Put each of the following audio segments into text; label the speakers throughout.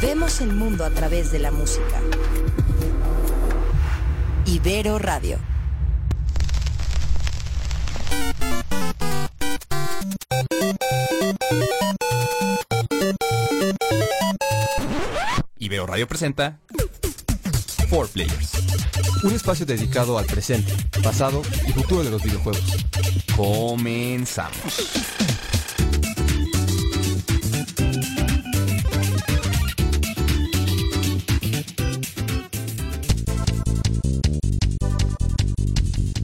Speaker 1: Vemos el mundo a través de la música. Ibero Radio.
Speaker 2: Ibero Radio presenta Four Players,
Speaker 3: Un espacio dedicado al presente, pasado y futuro de los videojuegos.
Speaker 2: Comenzamos.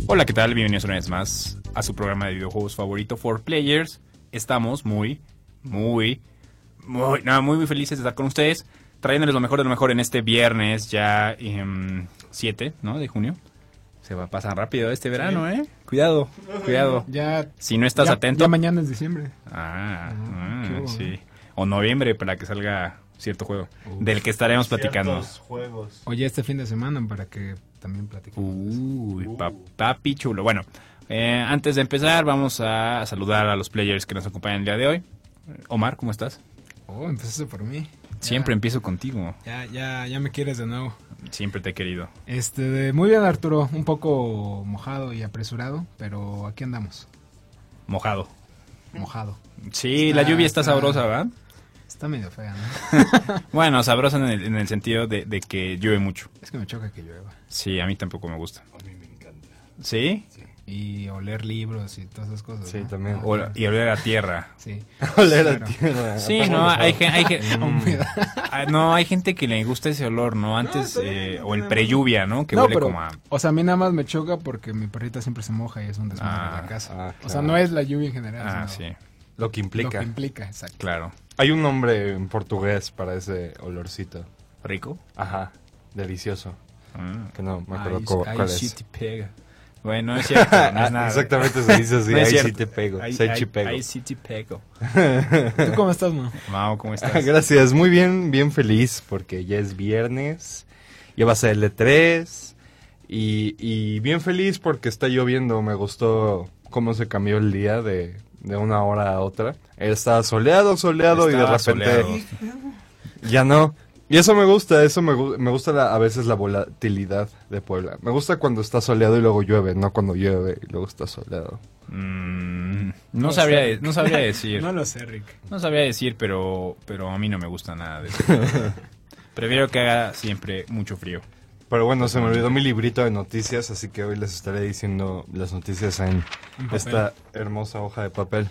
Speaker 2: Hola, ¿qué tal? Bienvenidos una vez más a su programa de videojuegos favorito, For Players. Estamos muy, muy, muy, nada, muy, muy felices de estar con ustedes, trayéndoles lo mejor de lo mejor en este viernes, ya em, 7, ¿no? De junio. Se va a pasar rápido este verano, ¿eh? Cuidado, cuidado.
Speaker 4: Ya,
Speaker 2: Si no estás
Speaker 4: ya-
Speaker 2: atento.
Speaker 4: ya mañana es diciembre.
Speaker 2: Ah,
Speaker 4: Ah,
Speaker 2: ah,
Speaker 4: qué bueno.
Speaker 2: sí. O noviembre para que salga cierto juego. del que estaremos platicando.
Speaker 5: Ciertos juegos.
Speaker 4: O ya este fin de semana para que también
Speaker 2: Uh.
Speaker 4: platiquemos.
Speaker 2: Uy, pa- papi chulo. Bueno, eh, antes de empezar, vamos a saludar a los players que nos acompañan el día de hoy. Omar, ¿cómo estás?
Speaker 4: Oh, empezaste por mí.
Speaker 2: Siempre empiezo contigo.
Speaker 4: Ya, ya, ya me quieres de nuevo.
Speaker 2: Siempre te he querido.
Speaker 4: Este, de- muy bien Arturo, un poco mojado y apresurado, pero aquí andamos,
Speaker 2: Mojado.
Speaker 4: mojado.
Speaker 2: Sí, la
Speaker 4: Está-
Speaker 2: lluvia está,
Speaker 4: está-
Speaker 2: sabrosa, ¿verdad?
Speaker 4: Está medio fea, ¿no?
Speaker 2: Bueno, sabrosa en el, en el sentido de, de que llueve mucho.
Speaker 4: Es que me choca que llueva.
Speaker 2: Sí, a mí tampoco me gusta. ¿Sí?
Speaker 4: Y oler libros y todas esas cosas.
Speaker 5: Sí,
Speaker 4: ¿no?
Speaker 5: también.
Speaker 4: Ah,
Speaker 2: O- y oler a tierra.
Speaker 4: Sí.
Speaker 5: Oler a
Speaker 4: Claro.
Speaker 5: tierra.
Speaker 2: Sí, no, hay, gen- hay, gen- mm,
Speaker 4: Ah, humedad.
Speaker 2: Ah, no, hay gente que le gusta ese olor, ¿no? Antes, eh, o el pre-lluvia, ¿no? Que
Speaker 4: No,
Speaker 2: huele
Speaker 4: pero,
Speaker 2: como a...
Speaker 4: O sea, a mí nada más me choca porque mi perrita siempre se moja y es un desmadre
Speaker 2: Ah,
Speaker 4: en la casa.
Speaker 5: ah,
Speaker 4: O sea,
Speaker 5: claro.
Speaker 4: no es la lluvia en general.
Speaker 2: Ah,
Speaker 4: sino
Speaker 2: sí,
Speaker 4: Lo
Speaker 5: Lo que
Speaker 4: que
Speaker 5: implica.
Speaker 4: implica, exacto.
Speaker 2: claro.
Speaker 5: Hay un nombre en portugués para ese olorcito.
Speaker 2: ¿Rico?
Speaker 5: Ajá. Delicioso.
Speaker 2: Ah.
Speaker 5: Que no me acuerdo
Speaker 4: Ahí-
Speaker 5: cu-
Speaker 4: ahí
Speaker 5: cuál
Speaker 4: sí
Speaker 5: es.
Speaker 4: te pega.
Speaker 2: Bueno, es cierto, no es nada.
Speaker 5: Ah, Exactamente se dice así.
Speaker 2: No es
Speaker 5: ahí sí
Speaker 2: cierto.
Speaker 5: te pego.
Speaker 2: Ahí-
Speaker 5: se
Speaker 2: ahí-
Speaker 5: chipego.
Speaker 2: Ahí sí te pego.
Speaker 4: ¿Tú cómo estás, man?
Speaker 2: Mau, ¿cómo
Speaker 5: Ah,
Speaker 2: estás?
Speaker 5: Gracias, muy bien, bien feliz porque ya es viernes, ya va a ser el E3 y, y bien feliz porque está lloviendo, me gustó cómo se cambió el día de, de una hora a otra. Estaba soleado, soleado y de
Speaker 2: Estaba
Speaker 5: repente
Speaker 2: soleado.
Speaker 5: ya no. Y eso me gusta, eso me, gu- me gusta la- a veces la volatilidad de Puebla. Me gusta cuando está soleado y luego llueve, no cuando llueve y luego está soleado.
Speaker 2: Mm, no,
Speaker 4: No
Speaker 2: sabría,
Speaker 4: sé.
Speaker 2: de- no sabría decir.
Speaker 4: No lo sé, Rick.
Speaker 2: No sabría decir, pero, pero a mí no me gusta nada de eso. Prefiero que haga siempre mucho frío.
Speaker 5: Pero bueno, se me olvidó mi librito de noticias, así que hoy les estaré diciendo las noticias en
Speaker 4: papel.
Speaker 5: esta hermosa hoja de papel.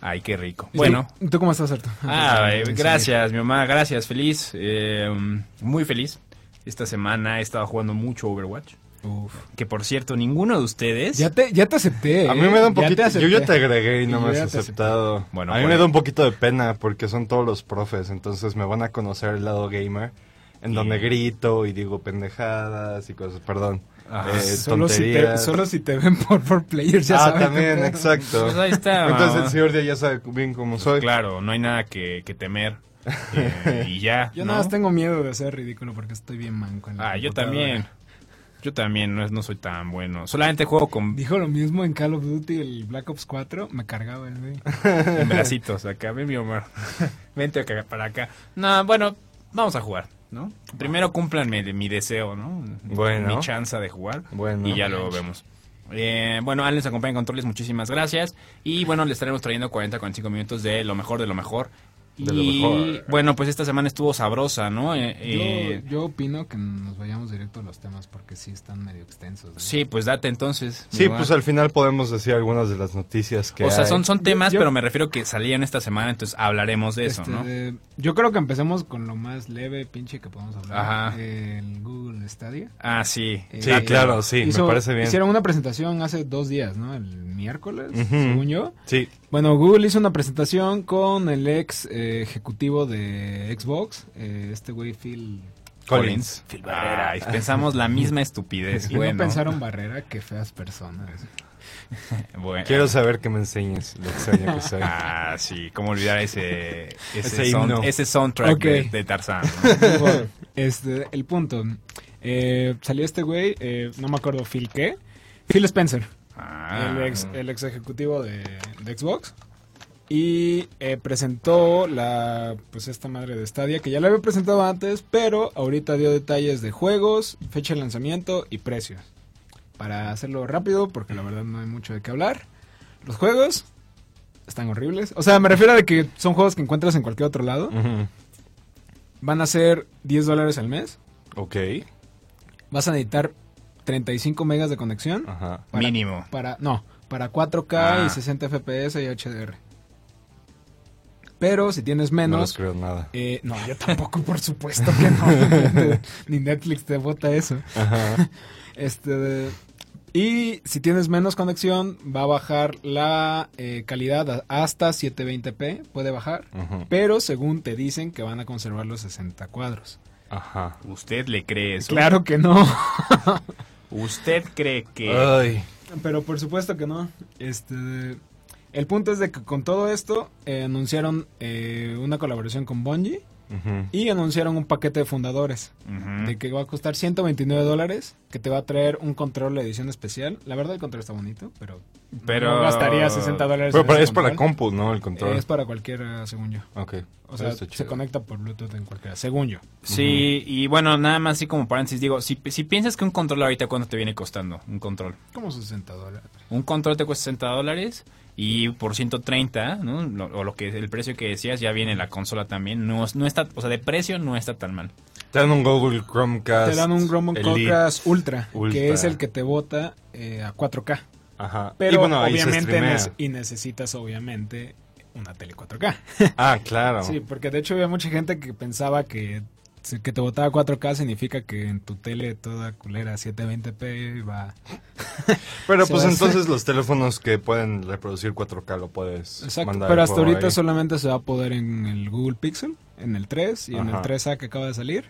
Speaker 2: Ay, qué rico. Bueno,
Speaker 4: ¿Tú, tú cómo estás, Arturo?
Speaker 2: Ah,
Speaker 4: Antes de-
Speaker 2: eh,
Speaker 4: de
Speaker 2: gracias, mi mamá, gracias, feliz, eh, mm, muy feliz. Esta semana he estado jugando mucho Overwatch,
Speaker 4: seguir. Uf.
Speaker 2: que por cierto, ninguno de ustedes...
Speaker 4: Ya te, ya te acepté.
Speaker 5: A
Speaker 4: ¿eh?
Speaker 5: mí me da un
Speaker 4: Ya
Speaker 5: poquito, yo ya te
Speaker 4: acepté.
Speaker 5: agregué y no
Speaker 4: Y
Speaker 5: me
Speaker 4: yo ya
Speaker 5: has
Speaker 4: te
Speaker 5: aceptado.
Speaker 2: Bueno, pues.
Speaker 5: a mí
Speaker 2: por
Speaker 5: me
Speaker 2: ahí.
Speaker 5: da un poquito de pena porque son todos los profes, entonces me van a conocer el lado gamer, en donde grito y digo pendejadas y cosas, perdón.
Speaker 2: Ah,
Speaker 5: eh,
Speaker 4: Solo si, te,
Speaker 5: tonterías.
Speaker 4: solo si te ven por, por players, ya
Speaker 5: ah,
Speaker 4: sabes.
Speaker 5: también, exacto.
Speaker 2: Pues ahí está,
Speaker 5: Entonces
Speaker 2: mamá.
Speaker 5: el señor Díaz ya sabe bien cómo soy.
Speaker 2: Claro, no hay nada que, que temer. eh, y ya.
Speaker 4: Yo
Speaker 2: ¿no?
Speaker 4: nada más tengo miedo de ser ridículo porque estoy bien manco. En la
Speaker 2: Ah, yo
Speaker 4: computadora.
Speaker 2: también. Yo también, no, es- no soy tan bueno. Solamente juego con
Speaker 4: Dijo lo mismo en Call of Duty, el Black Ops 4. Me cargaba el güey.
Speaker 2: con bracitos acá. Ven, mi Omar. Vente acá, para acá. No, bueno, vamos a jugar, ¿no? Primero cúmplanme de- mi deseo, ¿no?
Speaker 5: Bueno.
Speaker 2: Mi chance de jugar.
Speaker 5: Bueno.
Speaker 2: Y ya lo vemos. Eh, bueno, Alan les acompaña en controles, muchísimas gracias. Y bueno, les estaremos trayendo 40, 45 minutos de lo mejor de lo mejor.
Speaker 5: De lo
Speaker 2: y
Speaker 5: mejor.
Speaker 2: bueno, pues esta semana estuvo sabrosa, ¿no? Eh, eh,
Speaker 4: Yo, yo opino que nos vayamos directo a los temas porque sí están medio extensos. ¿no?
Speaker 2: Sí, pues date entonces. mi
Speaker 5: Sí,
Speaker 2: Omar.
Speaker 5: pues al final podemos decir algunas de las noticias que
Speaker 2: O sea,
Speaker 5: hay.
Speaker 2: son, son temas,
Speaker 4: Yo-
Speaker 2: pero me refiero que salían esta semana, entonces hablaremos de eso,
Speaker 4: Este,
Speaker 2: ¿no?
Speaker 4: de- Yo creo que empecemos con lo más leve, pinche, que podemos hablar.
Speaker 2: Ajá.
Speaker 4: El Google Stadia.
Speaker 2: Ah, sí.
Speaker 4: Eh,
Speaker 5: Sí, claro, sí,
Speaker 4: hizo-
Speaker 5: me parece bien.
Speaker 4: Hicieron una presentación hace dos días, ¿no? El miércoles,
Speaker 5: Ujú.
Speaker 4: según yo.
Speaker 5: Sí,
Speaker 4: Bueno, Google hizo una presentación con el ex eh, ejecutivo de Xbox, eh, este güey Phil.
Speaker 5: Collins.
Speaker 2: Collins. Ay, pensamos la misma estupidez.
Speaker 4: Y
Speaker 2: bueno.
Speaker 4: no pensaron barrera, qué feas personas.
Speaker 2: Bueno.
Speaker 5: Quiero saber que me enseñes lo extraño que soy.
Speaker 2: Ah, sí, cómo olvidar ese, ese,
Speaker 5: Ese
Speaker 2: sound-
Speaker 5: himno.
Speaker 2: ese soundtrack
Speaker 4: Ok.
Speaker 2: de, de Tarzán.
Speaker 4: Bueno, este, el punto. Eh, salió este güey, eh, no me acuerdo Phil qué. Phil Spencer,
Speaker 2: Ah,
Speaker 4: eh, el, ex, el ex ejecutivo de, de Xbox. y eh, presentó la pues esta madre de Stadia que ya la había presentado antes, pero ahorita dio detalles de juegos, fecha de lanzamiento y precios. Para hacerlo rápido, porque la verdad no hay mucho de qué hablar. Los juegos están horribles. O sea, me refiero a que son juegos que encuentras en cualquier otro lado.
Speaker 5: Mm.
Speaker 4: Van a ser 10 dólares al mes.
Speaker 5: Ok.
Speaker 4: Vas a necesitar 35 megas de conexión.
Speaker 5: Ajá.
Speaker 4: Para-
Speaker 2: Mínimo.
Speaker 4: Para, no, para 4K
Speaker 2: Ah.
Speaker 4: y 60 FPS y HDR. Pero si tienes
Speaker 5: No
Speaker 4: menos...
Speaker 5: les creo nada.
Speaker 4: eh, no, yo tampoco, por supuesto que no. Ni Netflix te vota eso.
Speaker 5: Ajá.
Speaker 4: Este, de- y si tienes menos conexión, va a bajar la eh, calidad a- hasta 720p, puede bajar.
Speaker 5: Ujú.
Speaker 4: Pero según te dicen que van a conservar los 60 cuadros.
Speaker 5: Ajá.
Speaker 2: ¿Usted le cree eso?
Speaker 4: Claro que no.
Speaker 2: ¿Usted cree que...?
Speaker 5: Ay.
Speaker 4: Pero por supuesto que no. Este, el punto es de que con todo esto eh, anunciaron eh, una colaboración con Bungie
Speaker 5: Ujú.
Speaker 4: y anunciaron un paquete de fundadores
Speaker 5: Mm.
Speaker 2: Ujú.
Speaker 4: de que va a costar 129 dólares, que te va a traer un control de edición especial. La verdad el control está bonito, pero,
Speaker 2: Pero-
Speaker 4: no gastaría 60 dólares.
Speaker 5: Pero
Speaker 4: en
Speaker 5: para-
Speaker 4: ese
Speaker 5: es para
Speaker 4: control.
Speaker 5: compu, ¿no? El control.
Speaker 4: Es para cualquiera, según yo.
Speaker 5: Ok.
Speaker 4: O sea,
Speaker 5: Está
Speaker 4: se
Speaker 5: chido.
Speaker 4: conecta por Bluetooth en cualquiera, según yo.
Speaker 2: Sí, y bueno, nada más así como paréntesis, digo, si, si piensas que un control ahorita, ¿cuánto te viene costando un control?
Speaker 4: Como 60 dólares.
Speaker 2: Un control te cuesta 60 dólares y por 130, ¿no? Lo- o lo que el precio que decías, ya viene la consola también. No, no está, o sea, de precio no está tan mal.
Speaker 5: Te dan un Google Chromecast.
Speaker 4: Te dan un Chromecast
Speaker 5: Elite.
Speaker 4: Ultra, que
Speaker 5: Ultra.
Speaker 4: es el que te bota eh, a 4K.
Speaker 5: Ajá.
Speaker 4: Pero
Speaker 5: y bueno, ahí se
Speaker 4: obviamente
Speaker 5: streamea.
Speaker 4: nes- y necesitas obviamente una tele 4K.
Speaker 5: Ah, claro.
Speaker 4: Sí, porque de hecho había mucha gente que pensaba que si- que te botaba 4K significa que en tu tele toda culera 720p va
Speaker 5: Pero
Speaker 4: Se
Speaker 5: pues
Speaker 4: va a
Speaker 5: entonces los teléfonos que pueden reproducir 4K lo puedes
Speaker 4: Exacto,
Speaker 5: mandar
Speaker 4: pero hasta
Speaker 5: por
Speaker 4: ahorita
Speaker 5: ahí.
Speaker 4: solamente se va a poder en el Google Pixel, en el 3 y en el
Speaker 5: Ajá.
Speaker 4: 3A que acaba de salir.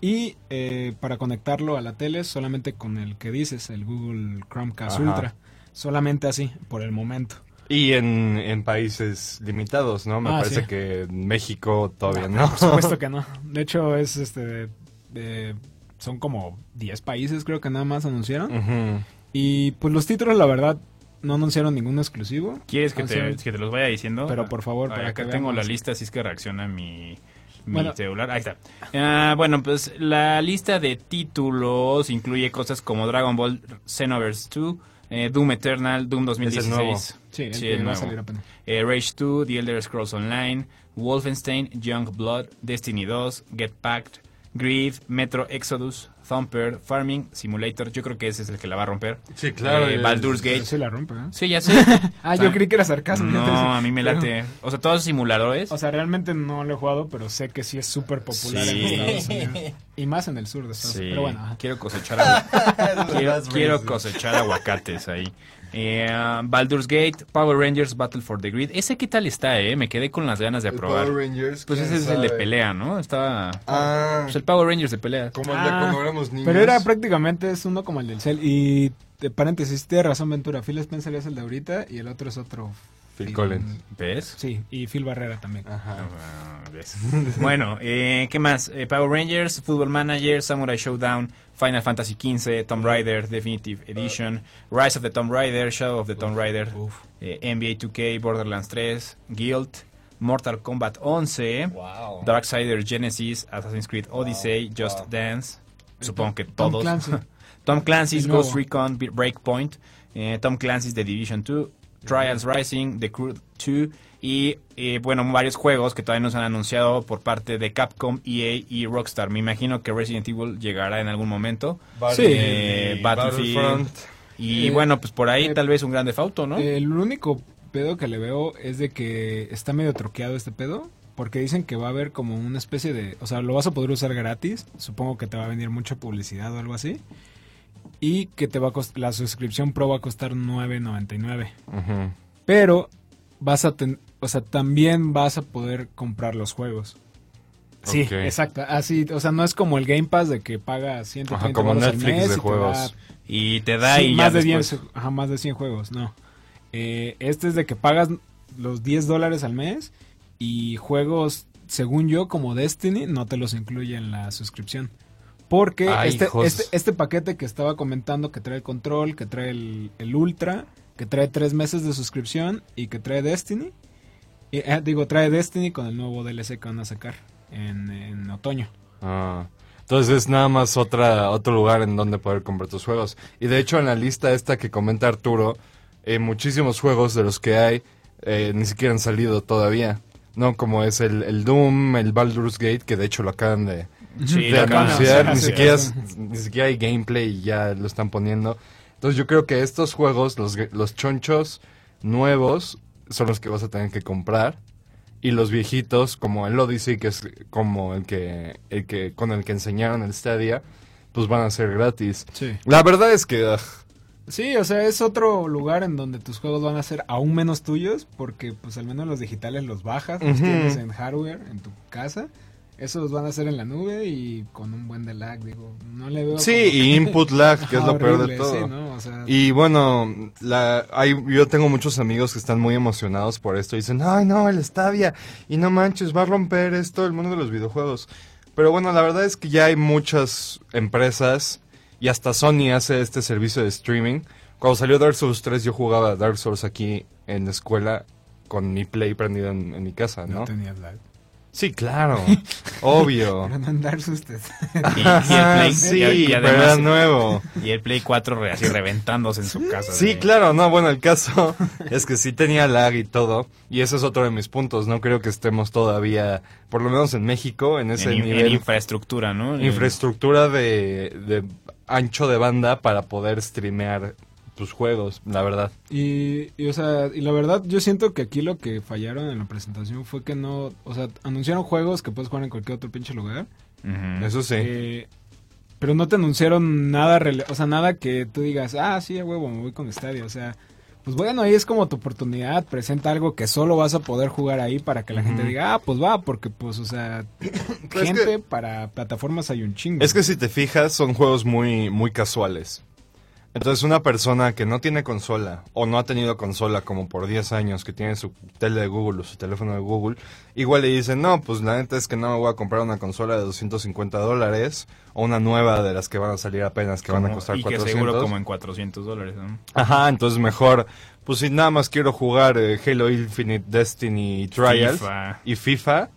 Speaker 4: Y eh, para conectarlo a la tele solamente con el que dices, el Google Chromecast
Speaker 5: Ajá.
Speaker 4: Ultra. Solamente así, por el momento.
Speaker 5: Y en, en países limitados, ¿no? Me
Speaker 4: Ah,
Speaker 5: parece
Speaker 4: sí. Ah,
Speaker 5: que en México todavía no.
Speaker 4: Por supuesto que no. De hecho, es este. de- son como 10 países, creo que nada más anunciaron.
Speaker 5: Ujú.
Speaker 4: Y pues los títulos, la verdad, no anunciaron ningún exclusivo.
Speaker 2: ¿Quieres que,
Speaker 4: Ah,
Speaker 2: te,
Speaker 4: sí.
Speaker 2: que te los vaya diciendo?
Speaker 4: Pero, por favor,
Speaker 2: Ah,
Speaker 4: para
Speaker 2: acá
Speaker 4: que
Speaker 2: tengo la
Speaker 4: veamos.
Speaker 2: lista, así es que reacciona mi, mi
Speaker 4: Bueno.
Speaker 2: celular. Ahí está. Ah, bueno, pues la lista de títulos incluye cosas como Dragon Ball Xenoverse 2, eh, Doom Eternal, Doom 2016,
Speaker 4: Sí, el
Speaker 2: Sí,
Speaker 4: que
Speaker 2: el
Speaker 4: va a
Speaker 2: nuevo.
Speaker 4: salir apenas.
Speaker 2: eh, Rage 2, The Elder Scrolls Online, Wolfenstein, Young Blood, Destiny 2, Get Packed, Greed, Metro Exodus, Thumper, Farming Simulator. Yo creo que ese es el que la va a romper.
Speaker 5: Sí, claro,
Speaker 2: Eh,
Speaker 5: el-
Speaker 2: Baldur's Gate.
Speaker 4: Pero sí la rompe, ¿eh?
Speaker 2: Sí, ya sé.
Speaker 4: Ah,
Speaker 2: O sea,
Speaker 4: yo creí que era sarcasmo.
Speaker 2: No,
Speaker 4: Entonces,
Speaker 2: a mí me
Speaker 4: pero-
Speaker 2: late. O sea, todos simuladores.
Speaker 4: o sea, realmente no lo he jugado, pero sé que sí es súper popular
Speaker 2: Sí.
Speaker 4: en Estados Unidos. Y más en el sur de Estados
Speaker 2: Sí,
Speaker 4: Unidos. Pero bueno, ajá.
Speaker 2: quiero cosechar agua- quiero, quiero cosechar aguacates ahí. Eh, Baldur's Gate, Power Rangers Battle for the Grid. Ese qué tal está, eh? Me quedé con las ganas de
Speaker 5: El
Speaker 2: probar.
Speaker 5: Power Rangers,
Speaker 2: Pues
Speaker 5: quién
Speaker 2: ese es el de
Speaker 5: sabe.
Speaker 2: pelea, ¿no? Está
Speaker 5: Ah,
Speaker 2: pues el Power Rangers de pelea.
Speaker 5: como el de
Speaker 4: Ah,
Speaker 5: cuando éramos niños.
Speaker 4: Pero era prácticamente es uno como el del Cell. Y de paréntesis, tiene razón Ventura. Phil Spencer es el de ahorita y el otro es otro.
Speaker 5: Phil Collins.
Speaker 2: ¿Ves?
Speaker 4: Sí, y Phil Barrera también.
Speaker 5: Ajá.
Speaker 2: Ah, ¿ves? Bueno, eh, ¿qué más? Eh, Power Rangers, Football Manager, Samurai Showdown, Final Fantasy XV, Tomb Raider, Definitive Edition, Rise of the Tomb Raider, Shadow of the Tomb Raider, eh, NBA 2K, Borderlands 3, Guild, Mortal Kombat 11, Darksiders Genesis, Assassin's Creed Odyssey, Just Dance, supongo que
Speaker 4: Tom
Speaker 2: todos.
Speaker 4: Clancy.
Speaker 2: Tom Clancy's
Speaker 4: El nuevo.
Speaker 2: Ghost Recon Be- Breakpoint, eh, Tom Clancy's The Division 2, Trials Rising, The Crew 2 y eh, bueno, varios juegos que todavía nos han anunciado por parte de Capcom, EA y Rockstar. Me imagino que Resident Evil llegará en algún momento.
Speaker 4: Sí.
Speaker 2: Eh, Battlefield. Y
Speaker 4: Eh,
Speaker 2: bueno, pues por ahí
Speaker 4: eh,
Speaker 2: tal vez un grande fauto, ¿no?
Speaker 4: El único pedo que le veo es de que está medio troqueado este pedo. Porque dicen que va a haber como una especie de. O sea, lo vas a poder usar gratis. Supongo que te va a venir mucha publicidad o algo así. Y que te va a cost- la suscripción pro va a costar 9.99.
Speaker 5: Ujú.
Speaker 4: Pero vas a ten- o sea, también vas a poder comprar los juegos. Sí,
Speaker 5: Ok.
Speaker 4: exacto. Así, o sea, no es como el Game Pass de que pagas 130
Speaker 5: Ajá, como
Speaker 4: dólares
Speaker 5: Netflix
Speaker 4: al mes
Speaker 5: de
Speaker 4: y te
Speaker 5: juegos.
Speaker 4: da-
Speaker 2: y te da
Speaker 4: sí,
Speaker 2: y
Speaker 4: más
Speaker 2: ya
Speaker 4: de
Speaker 2: después-
Speaker 4: 10, ajá, más de 100 juegos, no. Eh, este es de que pagas los 10 dólares al mes y juegos, según yo, como Destiny, no te los incluye en la suscripción. Porque
Speaker 5: Ay,
Speaker 4: este,
Speaker 5: hijos.
Speaker 4: este, este paquete que estaba comentando que trae el control, que trae el, el Ultra, que trae 3 meses de suscripción y que trae Destiny, Y, eh, digo, trae Destiny con el nuevo DLC que van a sacar en, en otoño.
Speaker 5: Ah, entonces es nada más otra, otro lugar en donde poder comprar tus juegos. Y de hecho en la lista esta que comenta Arturo, eh, muchísimos juegos de los que hay eh, ni siquiera han salido todavía. No, como es el, el Doom, el Baldur's Gate, que de hecho lo acaban de,
Speaker 2: Sí,
Speaker 5: de
Speaker 2: lo acaban de
Speaker 5: anunciar,
Speaker 2: anunciar,
Speaker 5: ni,
Speaker 4: sí,
Speaker 5: siquiera,
Speaker 4: sí.
Speaker 5: ni siquiera hay gameplay y ya lo están poniendo. Entonces yo creo que estos juegos, los, ge- los chonchos nuevos, son los que vas a tener que comprar. Y los viejitos, como el Odyssey, que es como el que, el que con el que enseñaron el Stadia, pues van a ser gratis.
Speaker 4: Sí.
Speaker 5: La verdad es que... ah, ugh,
Speaker 4: Sí, o sea, es otro lugar en donde tus juegos van a ser aún menos tuyos, porque pues al menos los digitales los bajas, los
Speaker 5: Ujú.
Speaker 4: tienes en hardware, en tu casa. Esos los van a hacer en la nube y con un buen de lag, digo, no le veo.
Speaker 5: sí,
Speaker 4: como
Speaker 5: y input lag, que es
Speaker 4: Ajá,
Speaker 5: lo peor de
Speaker 4: horrible,
Speaker 5: todo.
Speaker 4: sí, ¿no? O sea,
Speaker 5: Y bueno, la, hay, yo tengo muchos amigos que están muy emocionados por esto. Dicen, ay no, el Stadia. Y no manches, va a romper esto el mundo de los videojuegos. Pero bueno, la verdad es que ya hay muchas empresas y hasta Sony hace este servicio de streaming. Cuando salió Dark Souls 3 yo jugaba Dark Souls aquí en la escuela con mi play prendido en, en mi casa,
Speaker 4: no,
Speaker 5: ¿no?
Speaker 4: tenías lag.
Speaker 5: Sí, claro, obvio.
Speaker 4: Pero no andar usted.
Speaker 2: Y, y el Play,
Speaker 5: Ah, sí,
Speaker 2: y- y
Speaker 5: pero
Speaker 2: además-
Speaker 5: era nuevo.
Speaker 2: y el Play 4 re- así reventándose en su casa.
Speaker 5: Sí,
Speaker 2: de-
Speaker 5: claro, no, bueno, el caso es que sí tenía lag y todo, y ese es otro de mis puntos, no creo que estemos todavía, por lo menos en México, en ese
Speaker 2: En, in- en
Speaker 5: nivel
Speaker 2: infraestructura, ¿no?
Speaker 5: infraestructura de, de ancho de banda para poder streamear tus juegos, la verdad.
Speaker 4: Y, y, o sea, y la verdad, yo siento que aquí lo que fallaron en la presentación fue que no. O sea, anunciaron juegos que puedes jugar en cualquier otro pinche lugar.
Speaker 2: Ujú.
Speaker 5: Eso sí.
Speaker 4: Eh, pero no te anunciaron nada, rele- o sea, nada que tú digas, ah, sí, a huevo, me voy con Stadia. O sea, pues bueno, ahí es como tu oportunidad, presenta algo que solo vas a poder jugar ahí para que la gente
Speaker 5: Ujú.
Speaker 4: diga, ah, pues va, porque pues, o sea,
Speaker 5: Pues es
Speaker 4: gente
Speaker 5: que-
Speaker 4: para plataformas hay un chingo.
Speaker 5: Es que si te fijas, son juegos muy, muy casuales. Entonces, una persona que no tiene consola o no ha tenido consola como por 10 años, que tiene su tele de Google o su teléfono de Google, igual le dicen, no, pues la neta es que no me voy a comprar una consola de 250 dólares o una nueva de las que van a salir apenas, que van a
Speaker 2: Como-
Speaker 5: costar
Speaker 2: y que
Speaker 5: 400.
Speaker 2: seguro como en 400 dólares, ¿no?
Speaker 5: Ajá, entonces mejor, pues si nada más quiero jugar eh, Halo Infinite, Destiny y Trials
Speaker 2: FIFA.
Speaker 5: y FIFA,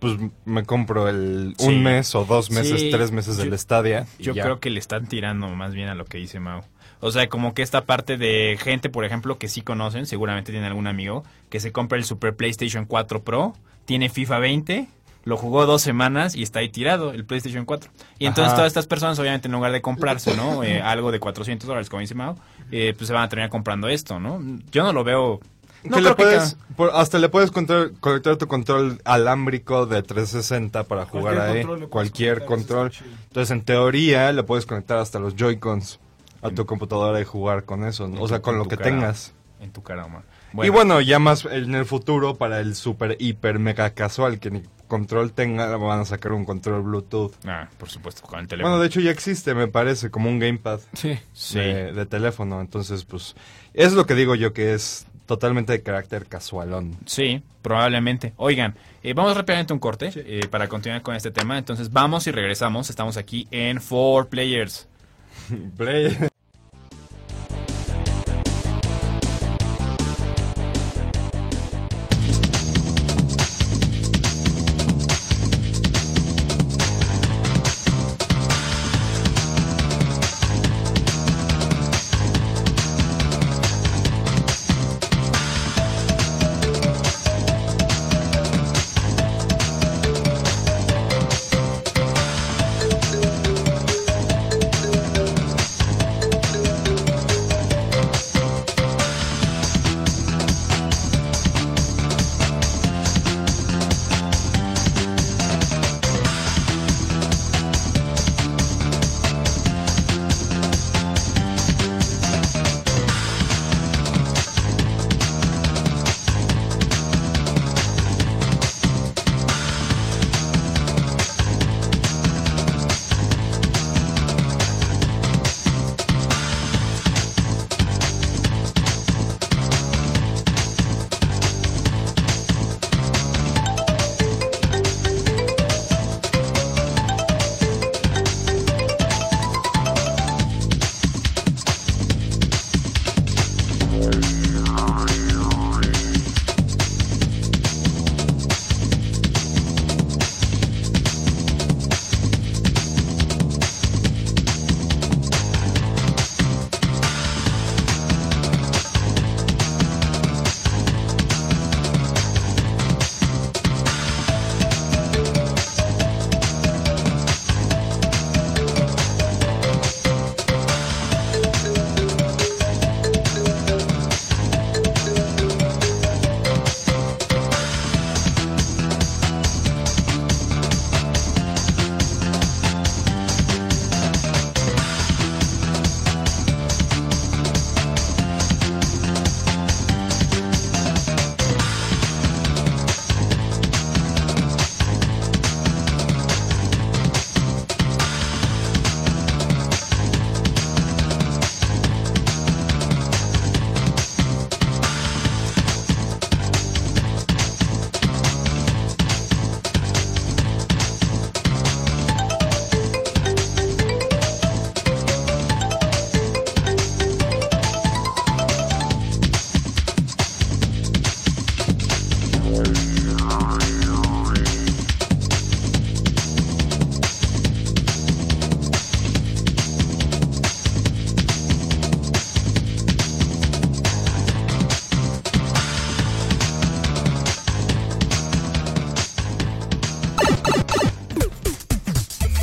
Speaker 5: pues m- me compro el
Speaker 2: Sí.
Speaker 5: un mes o dos meses,
Speaker 2: Sí,
Speaker 5: tres meses del
Speaker 2: yo-
Speaker 5: Stadia. y
Speaker 2: Yo
Speaker 5: ya.
Speaker 2: creo que le están tirando más bien a lo que dice Mau. O sea, como que esta parte de gente, por ejemplo, que sí conocen, seguramente tiene algún amigo, que se compra el Super PlayStation 4 Pro, tiene FIFA 20, lo jugó dos semanas y está ahí tirado el PlayStation 4. Y entonces
Speaker 5: Ajá.
Speaker 2: todas estas personas, obviamente, en lugar de comprarse, ¿no? Eh, algo de 400 dólares, como dice Mau, eh, pues se van a terminar comprando esto, ¿no? Yo no lo veo... No creo
Speaker 5: que le
Speaker 2: que
Speaker 5: puedes,
Speaker 2: ca-
Speaker 5: por- hasta le puedes control- conectar tu control alámbrico de 360 para jugar
Speaker 4: Cualquier
Speaker 5: ahí.
Speaker 4: control le puedes
Speaker 5: cualquier
Speaker 4: conectar, eso está
Speaker 5: control.
Speaker 4: chido.
Speaker 5: Entonces, en teoría, le puedes conectar hasta los Joy-Cons a tu computadora y jugar con eso. ¿no? O sea,
Speaker 2: Mm. tu-
Speaker 5: con lo
Speaker 2: tu
Speaker 5: que
Speaker 2: cara.
Speaker 5: tengas.
Speaker 2: En tu cara, Omar.
Speaker 5: Y bueno, ya más en el futuro, para el super, hiper, mega casual que ni control tenga, van a sacar un control Bluetooth.
Speaker 2: Ah, por supuesto, con el teléfono.
Speaker 5: Bueno, de hecho eh, ya existe, me parece, como un gamepad
Speaker 4: Sí.
Speaker 2: Sí.
Speaker 5: de, de teléfono. Entonces, pues, es lo que digo yo que es totalmente de carácter casualón.
Speaker 2: Sí, probablemente. Oigan, eh, vamos rápidamente a un corte eh, para continuar con este tema. Entonces vamos y regresamos. Estamos aquí en Four Players.
Speaker 5: Play.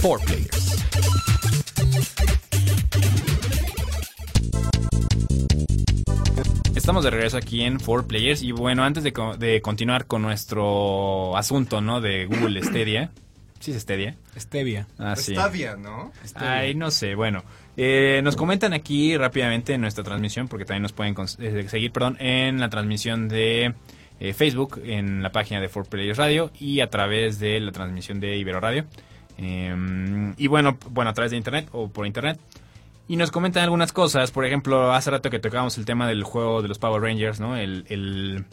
Speaker 3: Four Players.
Speaker 2: Estamos de regreso aquí en 4Players y bueno, antes de, co- de continuar con nuestro asunto, ¿no? De Google Stadia. Sí, es Stadia.
Speaker 4: Stevia.
Speaker 2: Ah,
Speaker 5: Pues
Speaker 2: sí.
Speaker 5: Stadia, ¿no?
Speaker 2: Ay, no sé, bueno. eh, nos comentan aquí rápidamente en nuestra transmisión, porque también nos pueden cons- eh, seguir, perdón, en la transmisión de eh, Facebook, en la página de 4Players Radio y a través de la transmisión de Ibero Radio. Eh, y bueno, p- bueno, a través de internet o por internet. Y nos comentan algunas cosas, por ejemplo, hace rato que tocábamos el tema del juego de los Power Rangers, ¿no? El, el,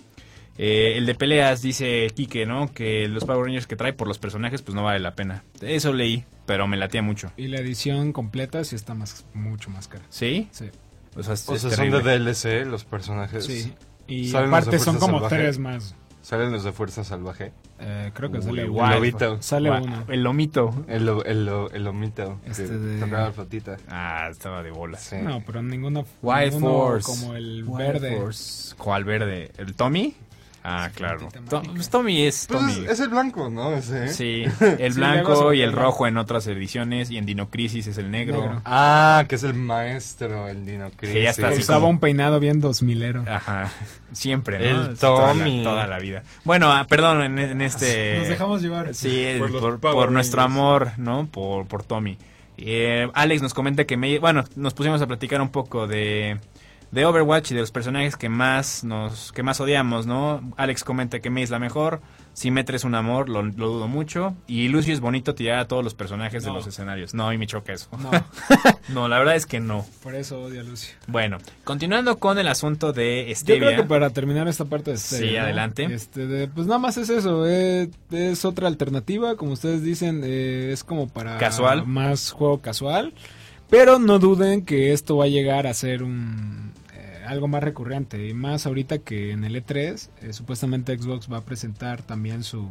Speaker 2: eh, el de peleas, dice Quique, ¿no? Que los Power Rangers que trae por los personajes, pues no vale la pena. Eso leí, pero me latía mucho.
Speaker 4: Y la edición completa sí está más, mucho más cara.
Speaker 2: ¿Sí?
Speaker 4: Sí.
Speaker 2: O sea, es,
Speaker 5: O
Speaker 2: es
Speaker 5: sea,
Speaker 2: terrible.
Speaker 5: son de DLC los personajes.
Speaker 4: Sí. Y
Speaker 5: Salen los
Speaker 4: aparte
Speaker 5: de
Speaker 4: son
Speaker 5: Fuerza
Speaker 4: como
Speaker 5: Salvaje.
Speaker 4: tres más.
Speaker 5: Salen los de Fuerza Salvaje.
Speaker 4: Eh, creo que
Speaker 2: Uy,
Speaker 4: sale
Speaker 2: guau.
Speaker 4: uno.
Speaker 2: Wild.
Speaker 5: lobito.
Speaker 4: Sale
Speaker 2: Gua-
Speaker 4: uno.
Speaker 2: El lomito.
Speaker 5: El, lo- el, lo- el lomito. que
Speaker 4: Este de-
Speaker 5: Tocaba la patita.
Speaker 2: Ah, estaba de bolas.
Speaker 5: Sí.
Speaker 4: No, pero ninguno,
Speaker 2: Wild
Speaker 4: ninguno
Speaker 2: Force.
Speaker 4: como el
Speaker 2: Wild
Speaker 4: verde.
Speaker 2: Force. ¿Cuál verde? ¿El Tommy? Ah, claro.
Speaker 4: patita
Speaker 2: To-
Speaker 4: mágica.
Speaker 2: pues Tommy es
Speaker 5: Pues
Speaker 2: Tommy.
Speaker 5: es, es el blanco, ¿no? Ese. ¿eh?
Speaker 2: Sí, el
Speaker 4: Sí,
Speaker 2: blanco
Speaker 4: luego se
Speaker 2: y el
Speaker 4: pega.
Speaker 2: rojo en otras ediciones y en Dinocrisis es el negro.
Speaker 4: Negro.
Speaker 5: Ah, que es el maestro, el Dino Crisis.
Speaker 2: Que ya está
Speaker 4: Que
Speaker 2: así
Speaker 4: usaba
Speaker 2: como- Ah,
Speaker 4: un peinado bien dos milero.
Speaker 2: Ajá, siempre, ¿no?
Speaker 5: El
Speaker 2: Toda la-
Speaker 5: Tommy.
Speaker 2: Toda la, vida. Bueno, ah, perdón, en, en este...
Speaker 4: Nos dejamos llevar.
Speaker 2: Sí, el-
Speaker 5: Por los
Speaker 2: por,
Speaker 5: Power
Speaker 2: por nuestro
Speaker 5: Rangers.
Speaker 2: amor, ¿no? Por, por Tommy. Eh, Alex nos comenta que me... Bueno, nos pusimos a platicar un poco de, de Overwatch y de los personajes que más nos que más odiamos, ¿no? Alex comenta que May es la mejor, Symmetra es un amor, lo, lo dudo mucho, y Lucio es bonito tirar a todos los personajes de
Speaker 4: No.
Speaker 2: los escenarios. No, y me choca eso.
Speaker 4: No,
Speaker 2: No, la verdad es que no.
Speaker 4: por eso odio a Lucio.
Speaker 2: Bueno, continuando con el asunto de
Speaker 4: Yo
Speaker 2: Stevia.
Speaker 4: creo que para terminar esta parte de Stevia,
Speaker 2: Sí,
Speaker 4: ¿no?
Speaker 2: adelante.
Speaker 4: Este, de- pues nada más es eso, eh, es otra alternativa, como ustedes dicen, eh, es como para
Speaker 2: Casual.
Speaker 4: más juego casual, pero no duden que esto va a llegar a ser un eh, algo más recurrente y más ahorita que en el E3 eh, supuestamente Xbox va a presentar también su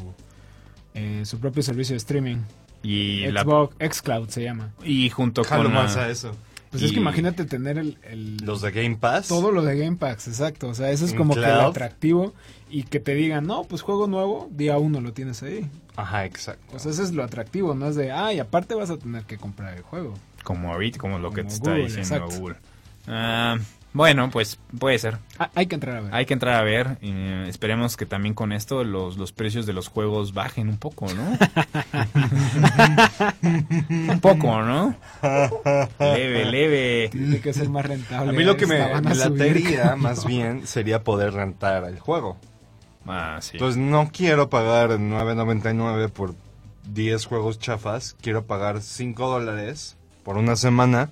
Speaker 4: eh, su propio servicio de streaming,
Speaker 2: Y, la-
Speaker 4: Xbox XCloud se llama.
Speaker 2: y junto
Speaker 5: Jalo
Speaker 2: con...
Speaker 5: más
Speaker 2: ah,
Speaker 5: a eso.
Speaker 4: Pues
Speaker 2: Y-
Speaker 4: es que imagínate tener el, el-
Speaker 5: Los Mm, de Game Pass.
Speaker 4: Todo lo de Game Pass, exacto. O sea, eso es
Speaker 5: En
Speaker 4: como que
Speaker 5: cloud.
Speaker 4: lo atractivo. Y que te digan, no, pues juego nuevo, día uno lo tienes ahí.
Speaker 5: Ajá, exacto.
Speaker 4: O sea, eso es lo atractivo, no es de, ay, aparte vas a tener que comprar el juego.
Speaker 2: Como ahorita, como lo que
Speaker 4: Como
Speaker 2: te está
Speaker 4: Google,
Speaker 2: diciendo
Speaker 4: exacto.
Speaker 2: Google. Ah, bueno, pues puede ser.
Speaker 4: Ah, hay que entrar a ver.
Speaker 2: Hay que entrar a ver. eh, esperemos que también con esto los, los precios de los juegos bajen un poco, ¿no? un poco, ¿no? Leve, leve.
Speaker 4: Tiene que ser más rentable.
Speaker 5: A mí lo que me,
Speaker 4: La van a
Speaker 5: me
Speaker 4: subir.
Speaker 5: latería más bien sería poder rentar el juego.
Speaker 2: Ah, sí.
Speaker 5: Entonces no quiero pagar 9.99 por 10 juegos chafas, quiero pagar 5 dólares por una semana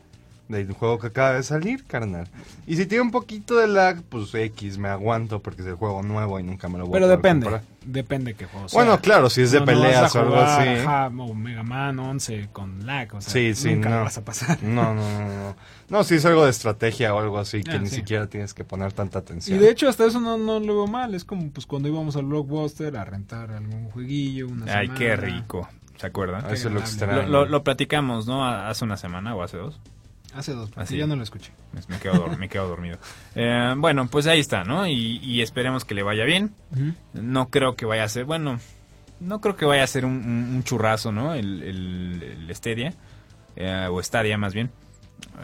Speaker 5: del juego que acaba de salir, carnal. Y si tiene un poquito de lag, pues X, me aguanto porque es el juego nuevo y nunca me lo voy
Speaker 4: Pero
Speaker 5: a poder
Speaker 4: depende,
Speaker 5: comprar.
Speaker 4: depende qué juego.
Speaker 5: bueno,
Speaker 4: sea.
Speaker 5: claro, si es de
Speaker 4: No, no
Speaker 5: peleas
Speaker 4: vas a
Speaker 5: o algo
Speaker 4: jugar,
Speaker 5: así.
Speaker 4: ajá, o Mega Man 11 con lag, o sea,
Speaker 5: Sí, sí,
Speaker 4: nunca lo
Speaker 5: no.
Speaker 4: vas a pasar.
Speaker 5: No, no, no, no. No, si es algo de estrategia o algo así que
Speaker 4: Ah,
Speaker 5: ni
Speaker 4: sí.
Speaker 5: siquiera tienes que poner tanta
Speaker 4: Y
Speaker 5: atención.
Speaker 4: de hecho hasta eso no, no lo veo mal, es como pues cuando íbamos al Blockbuster a rentar algún jueguillo, una
Speaker 2: Ay,
Speaker 4: semana.
Speaker 2: qué rico. ¿Se acuerdan?
Speaker 5: Ah, eso es lo
Speaker 4: Qué
Speaker 2: Lo,
Speaker 5: extraño.
Speaker 2: lo- lo platicamos, ¿no? Hace una semana o hace dos.
Speaker 4: Hace dos,
Speaker 2: Así.
Speaker 4: así ya no lo escuché.
Speaker 2: Me, me quedo, dor- me quedo dormido. Eh, bueno, pues ahí está, ¿no? Y, y esperemos que le vaya bien. No creo que vaya a ser, bueno, no creo que vaya a ser un, un- un churrazo, ¿no? El, el, el Stadia, eh, o Stadia más bien.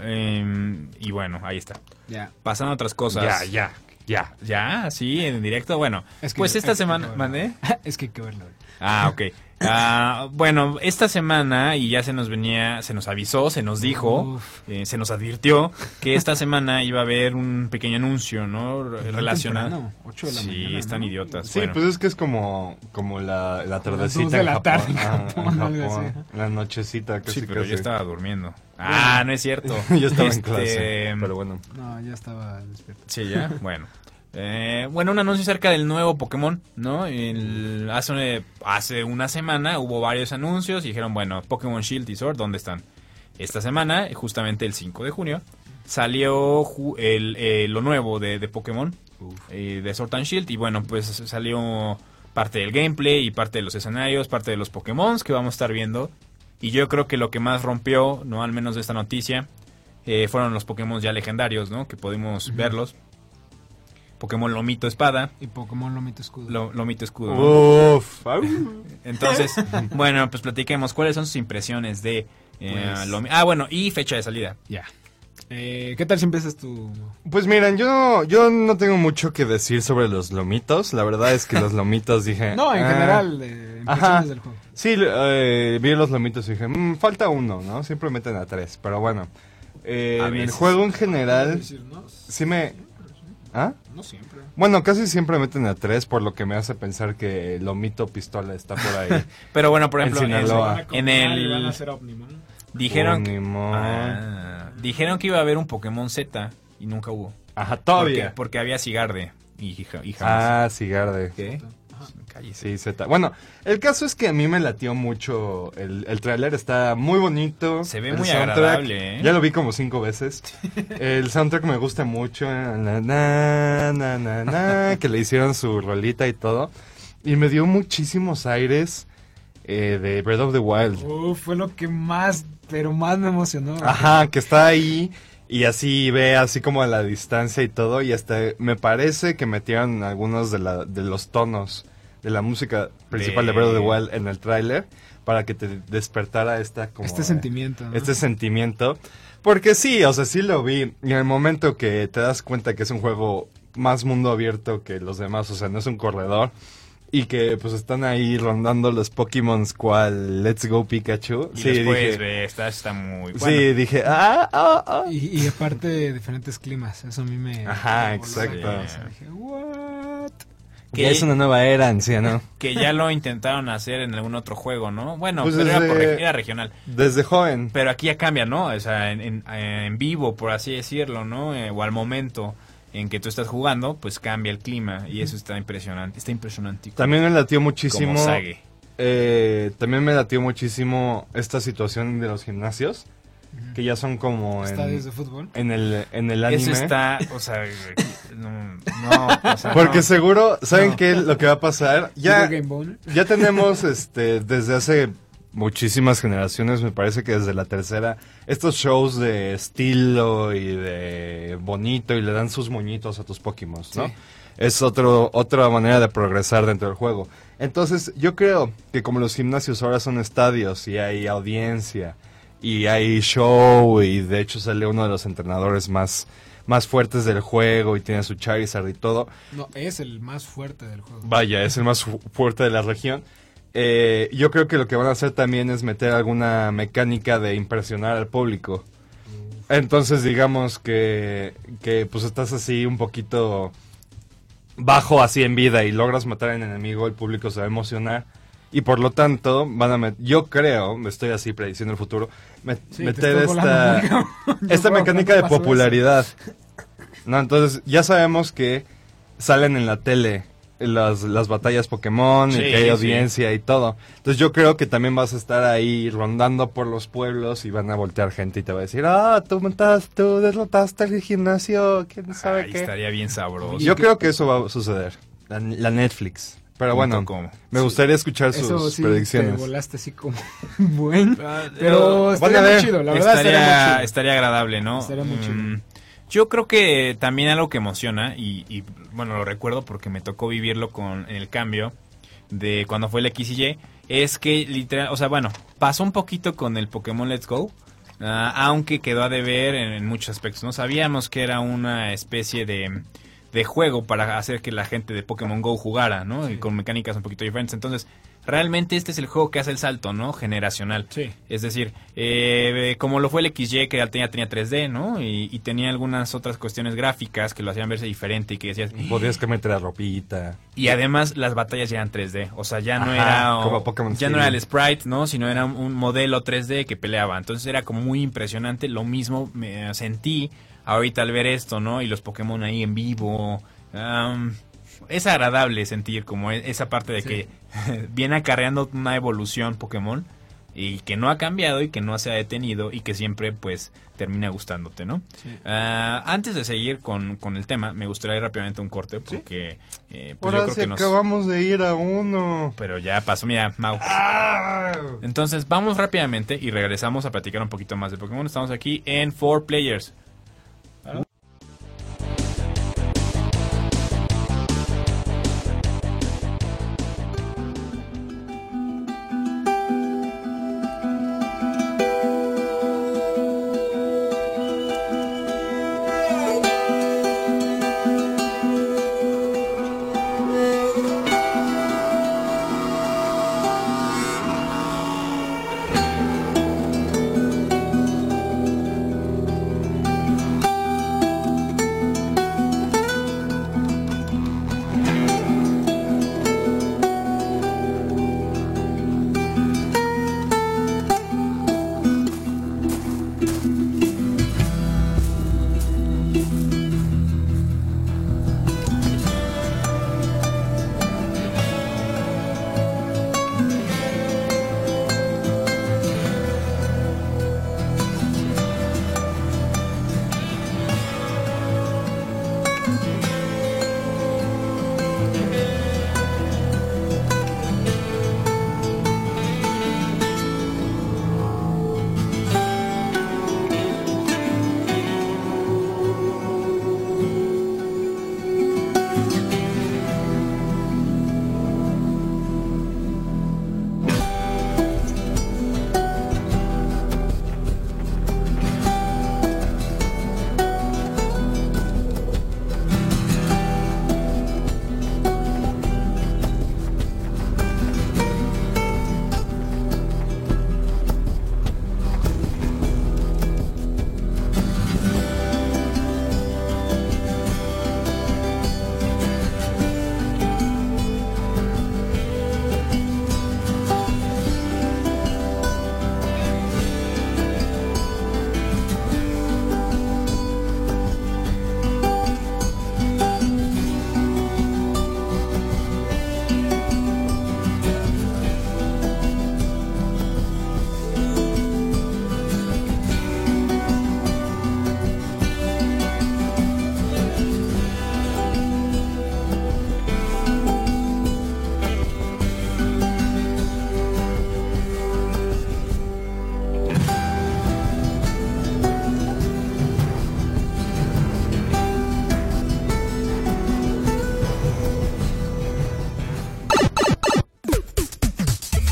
Speaker 2: Eh, y bueno, ahí está.
Speaker 4: Ya.
Speaker 2: Pasando a otras
Speaker 5: Ya,
Speaker 2: cosas.
Speaker 5: ya, ya.
Speaker 2: Ya, sí, en directo. Bueno,
Speaker 4: Es que-
Speaker 2: pues esta
Speaker 4: es que
Speaker 2: semana...
Speaker 4: no, no.
Speaker 2: ¿Mandé?
Speaker 4: Es que hay que verlo.
Speaker 2: Ah, ok. Ah, bueno, esta semana, y ya se nos venía, se nos avisó, se nos dijo,
Speaker 4: Uf.
Speaker 2: eh, se nos advirtió que esta semana iba a haber un pequeño anuncio, ¿no? Re- Relacionado.
Speaker 4: temprano, ocho de la
Speaker 2: sí,
Speaker 4: mañana,
Speaker 2: están
Speaker 4: ¿no?
Speaker 2: idiotas.
Speaker 5: Sí,
Speaker 2: Bueno,
Speaker 5: pues es que es como, como la, la
Speaker 4: dos
Speaker 5: tardecita
Speaker 4: de
Speaker 5: en
Speaker 4: la
Speaker 5: Japón.
Speaker 4: tarde en
Speaker 5: Ah,
Speaker 4: Japón, algo así.
Speaker 5: La nochecita,
Speaker 2: sí,
Speaker 5: casi
Speaker 2: pero
Speaker 5: casi.
Speaker 2: yo estaba durmiendo. Ah, no es cierto.
Speaker 5: Yo estaba
Speaker 2: Este,
Speaker 5: en clase, pero bueno.
Speaker 4: No, ya estaba despierto.
Speaker 2: Sí, ya, bueno. Eh, bueno, un anuncio acerca del nuevo Pokémon, ¿no? El- hace, hace una semana hubo varios anuncios y dijeron, bueno, Pokémon Shield y Sword, ¿dónde están? Esta semana, justamente el 5 de junio, salió ju- el, eh, lo nuevo de, de Pokémon, eh, de Sword and Shield, y bueno, pues salió parte del gameplay y parte de los escenarios, parte de los Pokémon que vamos a estar viendo. Y yo creo que lo que más rompió, no al menos de esta noticia, eh, fueron los Pokémon ya legendarios, ¿no? Que pudimos verlos. Pokémon Lomito Espada,
Speaker 4: Y Pokémon Lomito Escudo.
Speaker 2: Lo- Lomito Escudo. ¿no?
Speaker 5: Oh. Uf. ah,
Speaker 2: Entonces, bueno, pues platiquemos cuáles son sus impresiones de eh,
Speaker 4: Pues-
Speaker 2: Lomi- Ah, bueno, y fecha de salida.
Speaker 4: Ya. Eh, ¿Qué tal si empiezas tú?
Speaker 5: Pues miren, yo no, yo no tengo mucho que decir sobre los lomitos. La verdad es que los lomitos dije.
Speaker 4: No, en
Speaker 5: "Ah".
Speaker 4: general, eh, impresiones
Speaker 5: Ajá.
Speaker 4: del juego.
Speaker 5: Sí, eh, vi los lomitos y dije, "Mm, falta uno, ¿no? Siempre meten a tres, pero bueno. Eh,
Speaker 2: A
Speaker 5: en el
Speaker 2: veces.
Speaker 5: juego en general,
Speaker 4: no,
Speaker 5: sí me. ¿Ah?
Speaker 4: siempre.
Speaker 5: Bueno, casi siempre meten a tres, por lo que me hace pensar que Lomito Pistola está por ahí.
Speaker 2: Pero bueno, por
Speaker 5: En
Speaker 2: ejemplo, en,
Speaker 5: Sinaloa.
Speaker 2: en el dijeron que,
Speaker 5: Unimog.
Speaker 2: Ah, dijeron que iba a haber un Pokémon Z y nunca hubo.
Speaker 5: Ajá,
Speaker 2: Porque,
Speaker 5: todavía.
Speaker 2: porque había Cigarde y, ja- y jamás.
Speaker 5: Ah, Cigarde.
Speaker 2: ¿Qué? Cállese.
Speaker 5: Sí, Z. Bueno, el caso es que a mí me latió mucho. El, el tráiler está muy bonito.
Speaker 2: Se ve
Speaker 5: El
Speaker 2: muy
Speaker 5: soundtrack,
Speaker 2: agradable, ¿eh?
Speaker 5: Ya lo vi como cinco veces. el soundtrack me gusta mucho. na, na, na, na, na, que le hicieron su rolita y todo. Y me dio muchísimos aires eh, de Breath of the Wild.
Speaker 4: Uf, fue lo que más, pero más me emocionó.
Speaker 5: Ajá, que está ahí y así ve así como a la distancia y todo y hasta me parece que metieron algunos de, la- de los tonos de la música principal de Breath of the Wild en el tráiler para que te despertara esta como
Speaker 4: este
Speaker 5: eh,
Speaker 4: sentimiento. ¿no?
Speaker 5: este sentimiento porque sí, o sea, sí lo vi y en el momento que te das cuenta que es un juego más mundo abierto que los demás, o sea, no es un corredor y que pues están ahí rondando los Pokémon cual Let's Go Pikachu.
Speaker 2: Y
Speaker 5: sí,
Speaker 2: después,
Speaker 5: dije-
Speaker 2: ve, está, está muy bueno.
Speaker 5: Sí, dije, ah, ah, ah.
Speaker 4: Y, y aparte diferentes climas, eso a mí me... me voló
Speaker 5: Ajá,
Speaker 4: la
Speaker 5: exacto.
Speaker 4: cabeza. Dije, "What?".
Speaker 2: Que-
Speaker 5: Ya es una nueva era, anciano.
Speaker 2: Que ya lo intentaron hacer en algún otro juego, ¿no? Bueno,
Speaker 5: Pues
Speaker 2: pero era, por
Speaker 5: desde-
Speaker 2: reg- era regional.
Speaker 5: Desde joven.
Speaker 2: Pero aquí ya cambia, ¿no? O sea, en, en- en vivo, por así decirlo, ¿no? Eh, o al momento en que tú estás jugando, pues cambia el clima. Y eso está impresionante. Está impresionante.
Speaker 5: También me latió
Speaker 2: como
Speaker 5: muchísimo.
Speaker 2: Sage.
Speaker 5: eh, también me latió muchísimo esta situación de los gimnasios. Que ya son como
Speaker 4: Estadios de
Speaker 5: en,
Speaker 4: fútbol.
Speaker 5: en el, en el
Speaker 2: Eso
Speaker 5: anime.
Speaker 2: está, o sea, no, no, o sea,
Speaker 5: Porque
Speaker 2: no.
Speaker 5: seguro, ¿saben qué? Lo que va a pasar. Ya,
Speaker 4: Video Game Boner.
Speaker 5: ya tenemos este desde hace muchísimas generaciones, me parece que desde la tercera, estos shows de estilo y de bonito y le dan sus moñitos a tus Pokémon, ¿no?
Speaker 4: Sí.
Speaker 5: Es otro, otra manera de progresar dentro del juego. Entonces, yo creo que como los gimnasios ahora son estadios y hay audiencia y hay show y de hecho sale uno de los entrenadores más, más fuertes del juego y tiene su Charizard y todo,
Speaker 4: No, es el más fuerte del juego.
Speaker 5: Vaya, es el más fu- fuerte de la región. Eh, yo creo que lo que van a hacer también es meter alguna mecánica de impresionar al público. Entonces digamos que, que pues estás así un poquito bajo así en vida y logras matar al enemigo, el público se va a emocionar. Y por lo tanto, van a met- yo creo, me estoy así prediciendo el futuro, met-
Speaker 4: Sí, te
Speaker 5: meter
Speaker 4: estoy volando,
Speaker 5: esta,
Speaker 4: cabrón. Yo
Speaker 5: esta
Speaker 4: creo que
Speaker 5: mecánica
Speaker 4: te
Speaker 5: de
Speaker 4: pasó eso.
Speaker 5: popularidad. No, entonces ya sabemos que salen en la tele las, las batallas Pokémon
Speaker 2: Sí,
Speaker 5: y que hay
Speaker 2: sí.
Speaker 5: audiencia y todo. Entonces yo creo que también vas a estar ahí rondando por los pueblos y van a voltear gente y te va a decir, ah, tú mataste, tú derrotaste al gimnasio, quién sabe
Speaker 2: Ay,
Speaker 5: qué.
Speaker 2: estaría bien sabroso.
Speaker 5: Yo creo que eso va a suceder, la, la Netflix. Pero bueno,
Speaker 2: Punto com.
Speaker 5: me gustaría escuchar
Speaker 4: Eso
Speaker 5: sus
Speaker 4: sí, te
Speaker 5: predicciones. Ah,
Speaker 4: volaste así como buen.
Speaker 2: pero
Speaker 4: Pero estaría
Speaker 5: van a
Speaker 4: muy
Speaker 5: ver,
Speaker 4: chido, la verdad
Speaker 2: estaría,
Speaker 4: estaría muy chido.
Speaker 2: estaría agradable, ¿no? Mm,
Speaker 4: Estaría muy chido.
Speaker 2: yo creo que también algo que emociona, y, y, bueno, lo recuerdo porque me tocó vivirlo con el cambio de cuando fue el X y Y, es que literal, o sea, bueno, pasó un poquito con el Pokémon Let's Go, ah, aunque quedó a deber en, en muchos aspectos. No sabíamos que era una especie de, de juego para hacer que la gente de Pokémon Go jugara, ¿no? Y con mecánicas un poquito diferentes. Entonces, realmente este es el juego que hace el salto, ¿no? Generacional.
Speaker 4: Sí.
Speaker 2: Es decir, eh, como lo fue el XY, que ya tenía, tenía 3D, ¿no? Y, y tenía algunas otras cuestiones gráficas que lo hacían verse diferente y que decías...
Speaker 5: Podrías que meter la ropita.
Speaker 2: Y además las batallas ya eran 3D, o sea, ya no
Speaker 5: Ajá,
Speaker 2: era... o-
Speaker 5: como Pokémon
Speaker 2: ya no
Speaker 5: Stadium.
Speaker 2: era el sprite, ¿no? Sino era un modelo 3D que peleaba. Entonces era como muy impresionante. Lo mismo me sentí ahorita al ver esto, ¿no? Y los Pokémon ahí en vivo. Am, es agradable sentir como e- esa parte de que viene acarreando una evolución Pokémon. y que no ha cambiado y que no se ha detenido y que siempre pues termina gustándote, ¿no? Ah, antes de seguir con, con el tema, me gustaría ir rápidamente a un corte porque eh, pues yo
Speaker 5: Ahora
Speaker 2: creo
Speaker 5: sí
Speaker 2: que nos...
Speaker 5: acabamos de ir a uno.
Speaker 2: Pero ya pasó, mira, Mau.
Speaker 5: ¡Ah!
Speaker 2: Entonces vamos rápidamente y regresamos a platicar un poquito más de Pokémon. Estamos aquí en 4 Players.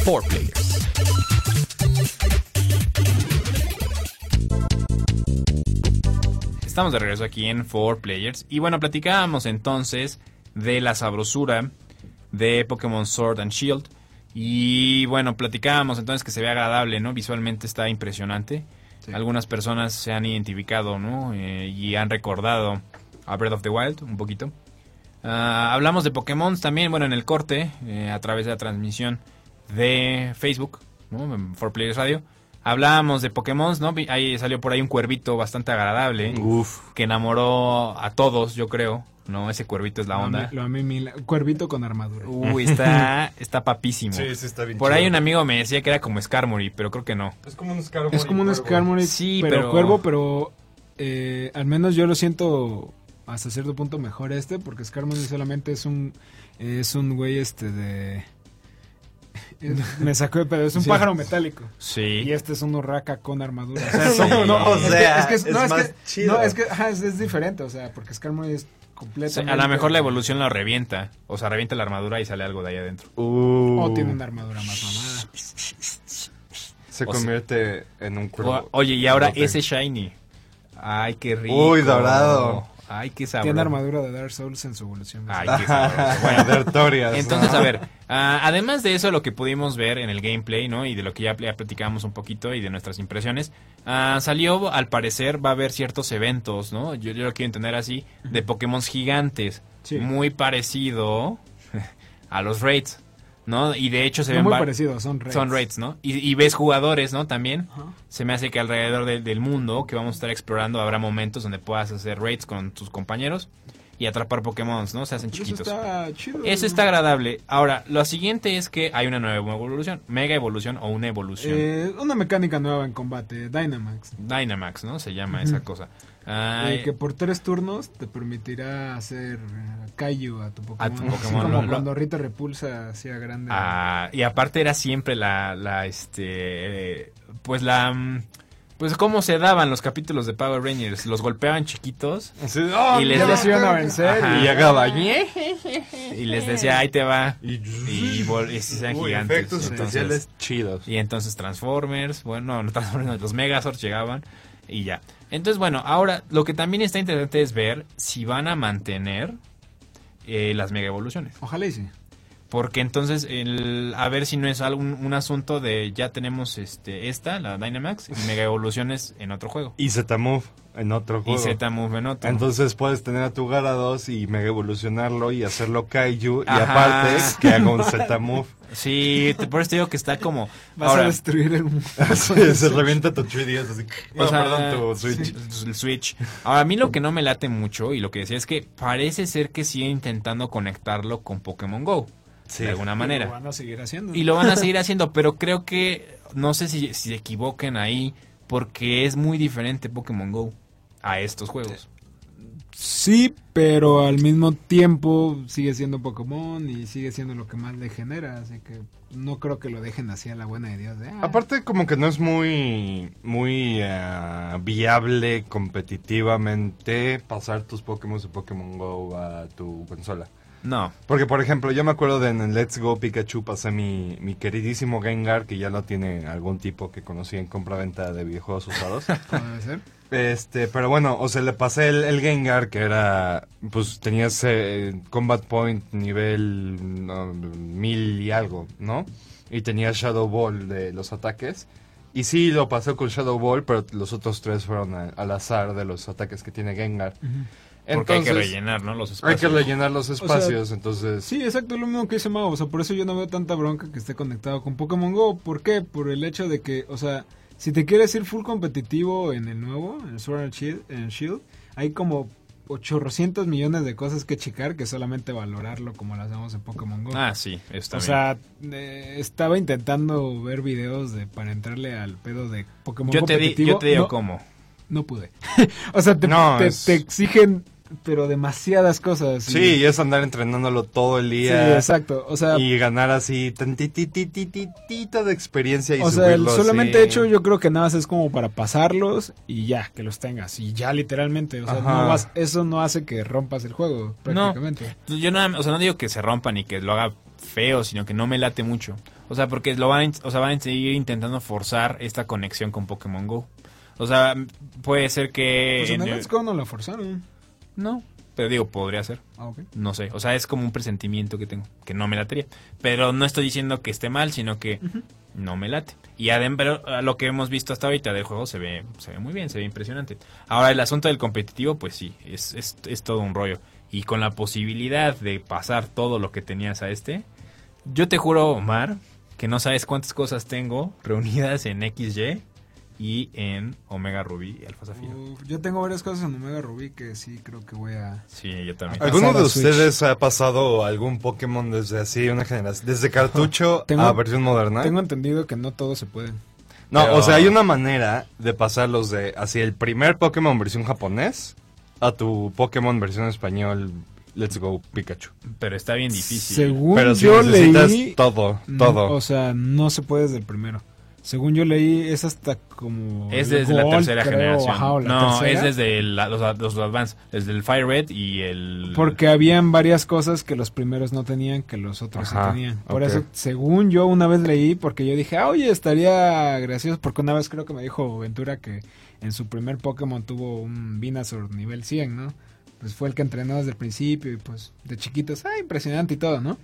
Speaker 3: Four Players.
Speaker 2: Estamos de regreso aquí en 4 Players. Y bueno, platicábamos entonces de la sabrosura de Pokémon Sword and Shield. Y bueno, platicábamos entonces que se ve agradable, ¿no? Visualmente está impresionante. Algunas personas se han identificado, ¿no? Eh, y han recordado a Breath of the Wild un poquito. Ah, hablamos de Pokémon también, bueno, en el corte, eh, a través de la transmisión de Facebook, ¿no? For Players Radio. Hablábamos de Pokémon, ¿no? Vi- Ahí salió por ahí un cuervito bastante agradable
Speaker 5: Uf.
Speaker 2: que enamoró a todos, yo creo, ¿no? Ese cuervito es la onda.
Speaker 4: Lo amé mil. Cuervito con armadura.
Speaker 2: Uy, está, está papísimo.
Speaker 5: está bien.
Speaker 2: Por ahí un amigo me decía que era como Skarmory, pero creo que no.
Speaker 5: Es como un Skarmory.
Speaker 4: es como un Skarmory,
Speaker 2: Sí,
Speaker 4: pero,
Speaker 2: pero-
Speaker 4: cuervo, pero eh, al menos yo lo siento hasta cierto punto mejor este, porque Skarmory solamente es un es un güey este de es- me sacó de pedo, es un pájaro metálico. Y
Speaker 2: Sí.
Speaker 4: este es un urraca con armadura. O
Speaker 2: Sí. No, o
Speaker 4: es que-
Speaker 5: sea,
Speaker 4: es que
Speaker 5: es
Speaker 4: no, es
Speaker 5: más
Speaker 4: que-
Speaker 5: chido.
Speaker 4: no, es que ajá, es, es diferente, o sea, porque Skarmory es
Speaker 2: Sí,
Speaker 4: completamente
Speaker 2: A lo mejor la evolución lo revienta. O sea, revienta la armadura y sale algo de ahí adentro.
Speaker 5: Uh.
Speaker 4: o Oh, tiene una armadura más mamada.
Speaker 2: o
Speaker 5: Se
Speaker 2: sea-
Speaker 5: convierte en un cuervo.
Speaker 2: O- oye, y ahora
Speaker 5: Ok.
Speaker 2: ese Shiny. Ay, qué rico.
Speaker 5: Uy, dorado.
Speaker 2: Ay, qué sabroso.
Speaker 4: Tiene armadura de Dark Souls en su evolución.
Speaker 2: Ay, qué sabroso. Bueno,
Speaker 5: Bueno, de Artorias, ¿no?
Speaker 2: Entonces, a ver, ah, además de eso, lo que pudimos ver en el gameplay, ¿no? Y de lo que ya, pl- platicamos un poquito y de nuestras impresiones, ah, salió, al parecer, va a haber ciertos eventos, ¿no? Yo, yo lo quiero entender así, de Pokémon gigantes.
Speaker 4: Sí.
Speaker 2: Muy parecido a los raids, ¿no? Y de hecho se
Speaker 4: No
Speaker 2: ven...
Speaker 4: muy
Speaker 2: va-
Speaker 4: parecido, son raids.
Speaker 2: Son raids, ¿no? Y, y ves jugadores, ¿no? También.
Speaker 4: Ajá.
Speaker 2: Se me hace que alrededor del- del mundo que vamos a estar explorando habrá momentos donde puedas hacer raids con tus compañeros. y atrapar Pokémon, ¿no? Se hacen
Speaker 4: Pues Eso
Speaker 2: chiquitos.
Speaker 4: está chido.
Speaker 2: Eso está agradable. Ahora, lo siguiente es que hay una nueva evolución, mega evolución o una evolución.
Speaker 4: Eh, una mecánica nueva en combate, Dynamax.
Speaker 2: Dynamax, ¿no? Se llama esa cosa. Ah,
Speaker 4: Y que por tres turnos te permitirá hacer eh, Kaiju a tu Pokémon.
Speaker 2: A tu
Speaker 4: Así
Speaker 2: Pokémon,
Speaker 4: como
Speaker 2: lo- lo-
Speaker 4: cuando Rita repulsa hacia grande.
Speaker 2: ah, y aparte era siempre la, la, este, eh, pues la, mm, pues cómo se daban los capítulos de Power Rangers, los golpeaban chiquitos
Speaker 5: Así, ¡ah,
Speaker 2: Y les
Speaker 4: ya
Speaker 5: mira!
Speaker 4: los iban a vencer.
Speaker 2: Ajá.
Speaker 5: Y llegaba ñe.
Speaker 2: y les decía, ahí te va.
Speaker 5: Y,
Speaker 2: Y, vol- y sí sean
Speaker 5: Uy,
Speaker 2: gigantes.
Speaker 5: efectos
Speaker 2: entonces-
Speaker 5: especiales chidos.
Speaker 2: Y entonces Transformers, bueno, no Transformers, no, los Megazords llegaban y ya. Entonces, bueno, ahora lo que también está interesante es ver si van a mantener eh, las mega evoluciones.
Speaker 4: Ojalá y sí.
Speaker 2: Porque entonces, el, a ver si no es algún, un asunto de ya tenemos este esta, la Dynamax, y mega evoluciones en otro juego.
Speaker 5: Y Zetamove en otro
Speaker 2: Y
Speaker 5: juego.
Speaker 2: Z-Move en otro.
Speaker 5: Entonces puedes tener a tu Garados y mega evolucionarlo y hacerlo Kaiju. Y
Speaker 2: Ajá.
Speaker 5: aparte que haga un Zetamove.
Speaker 2: sí, te- por eso te digo que está como...
Speaker 4: Vas
Speaker 2: ahora,
Speaker 4: a destruir el mundo.
Speaker 5: se, se revienta tu 3DS así. No,
Speaker 2: O sea,
Speaker 5: perdón, tu Switch.
Speaker 2: sí, el Switch. Ahora, a mí lo que no me late mucho y lo que decía es que parece ser que sigue intentando conectarlo con Pokémon Go.
Speaker 5: Sí.
Speaker 2: De alguna
Speaker 4: Lo
Speaker 2: manera.
Speaker 4: van a seguir haciendo.
Speaker 2: Y lo van a seguir haciendo, pero creo que no sé si, si se equivoquen ahí porque es muy diferente Pokémon Go a estos juegos.
Speaker 4: Sí, pero al mismo tiempo sigue siendo Pokémon y sigue siendo lo que más le genera. Así que no creo que lo dejen así a la buena de Dios. de, ah,
Speaker 5: Aparte como que no es muy muy eh, viable competitivamente pasar tus Pokémon de Pokémon Go a tu consola.
Speaker 2: No.
Speaker 5: Porque por ejemplo, yo me acuerdo de en el Let's Go Pikachu pasé mi, mi queridísimo Gengar que ya lo tiene algún tipo que conocí en compraventa de videojuegos usados.
Speaker 4: ¿cómo debe ser?
Speaker 5: Este, pero bueno, o sea, le pasé el, el Gengar, que era, pues tenías eh, Combat Point nivel no, mil y algo, ¿no? Y tenía Shadow Ball de los ataques. Y sí, lo pasé con Shadow Ball, pero los otros tres fueron a- al azar de los ataques que tiene Gengar.
Speaker 2: Porque hay que
Speaker 5: Entonces,
Speaker 2: rellenar, ¿no? Los
Speaker 5: hay
Speaker 2: espacios.
Speaker 5: que rellenar los espacios, entonces...
Speaker 4: Sí, exacto, lo mismo que dice Mao. O sea, por eso yo no veo tanta bronca que esté conectado con Pokémon Go. ¿Por qué? Por el hecho de que, o sea, si te quieres ir full competitivo en el nuevo, en el Sword and Shield, en Shield hay como 800 millones de cosas que checar que solamente valorarlo como lo hacemos en Pokémon Go.
Speaker 2: Ah, sí, está
Speaker 4: o
Speaker 2: bien.
Speaker 4: sea, eh, estaba intentando ver videos de para entrarle al pedo de Pokémon
Speaker 2: yo, te di-
Speaker 4: competitivo.
Speaker 2: yo te digo
Speaker 4: no,
Speaker 2: cómo.
Speaker 4: no pude. o sea, te,
Speaker 5: No,
Speaker 4: te-
Speaker 5: es-
Speaker 4: te exigen pero demasiadas cosas. y-
Speaker 5: Sí, y es andar entrenándolo todo el
Speaker 4: sí,
Speaker 5: día.
Speaker 4: exacto. O sea,
Speaker 5: Y ganar así tantititititita de experiencia y
Speaker 4: O sea, el
Speaker 5: subirlo
Speaker 4: solamente
Speaker 5: así.
Speaker 4: hecho yo creo que nada más es como para pasarlos y ya, que los tengas. Y ya literalmente, o sea,
Speaker 5: Ajá.
Speaker 4: no vas- eso no hace que rompas el juego prácticamente.
Speaker 2: Yo no, o sea, no digo que se rompan y que lo haga feo, sino que no me late mucho. O sea, porque lo van, a in- o sea, van a seguir intentando forzar esta conexión con Pokémon Go. O sea, m- puede ser que...
Speaker 4: Pues en
Speaker 2: en-
Speaker 4: el Let's Go no la forzaron.
Speaker 2: no, pero digo, podría ser.
Speaker 4: Ah, ok.
Speaker 2: No sé, o sea, es como un presentimiento que tengo, que no me latería. Pero no estoy diciendo que esté mal, sino que no me late. Y además, pero a lo que hemos visto hasta ahorita del juego se ve, se ve muy bien, se ve impresionante. Ahora, el asunto del competitivo, pues sí, es, es, es todo un rollo. Y con la posibilidad de pasar todo lo que tenías a este, yo te juro, Omar, que no sabes cuántas cosas tengo reunidas en XY y en Omega Ruby y Alfa Zafiro.
Speaker 4: Uf, yo tengo varias cosas en Omega Rubí que sí creo que voy a...
Speaker 2: Sí, yo también.
Speaker 4: Ah,
Speaker 5: ¿Alguno
Speaker 4: pasar a
Speaker 5: de
Speaker 4: Switch.
Speaker 5: ustedes ha pasado algún Pokémon desde así una generación? Desde cartucho
Speaker 4: Tengo-
Speaker 5: a versión moderna.
Speaker 4: Tengo entendido que no todos se pueden.
Speaker 5: no,
Speaker 2: Pero-
Speaker 5: o sea, hay una manera de pasarlos de así el primer Pokémon versión japonés a tu Pokémon versión español Let's Go Pikachu.
Speaker 2: Pero está bien difícil.
Speaker 4: Según
Speaker 5: Pero si
Speaker 4: yo
Speaker 5: necesitas
Speaker 4: leí...
Speaker 5: todo,
Speaker 4: no,
Speaker 5: todo.
Speaker 4: o sea, no se puede desde el primero. Según yo leí, es hasta como...
Speaker 2: Es
Speaker 4: el
Speaker 2: desde la
Speaker 4: Gold,
Speaker 2: tercera
Speaker 4: creo,
Speaker 2: generación.
Speaker 4: ajá, o la
Speaker 2: no,
Speaker 4: tercera.
Speaker 2: es desde el- la- los, los Advance. Desde el Fire Red y el.
Speaker 4: Porque habían varias cosas que los primeros no tenían, que los otros sí
Speaker 5: Ajá,
Speaker 4: tenían. Por
Speaker 5: ok.
Speaker 4: eso, según yo, una vez leí, porque yo dije, ah, oye, estaría gracioso, porque una vez creo que me dijo Ventura que en su primer Pokémon tuvo un Venusaur nivel 100, ¿no? Pues fue el que entrenó desde el principio y pues de chiquitos, ah, impresionante y todo, ¿no?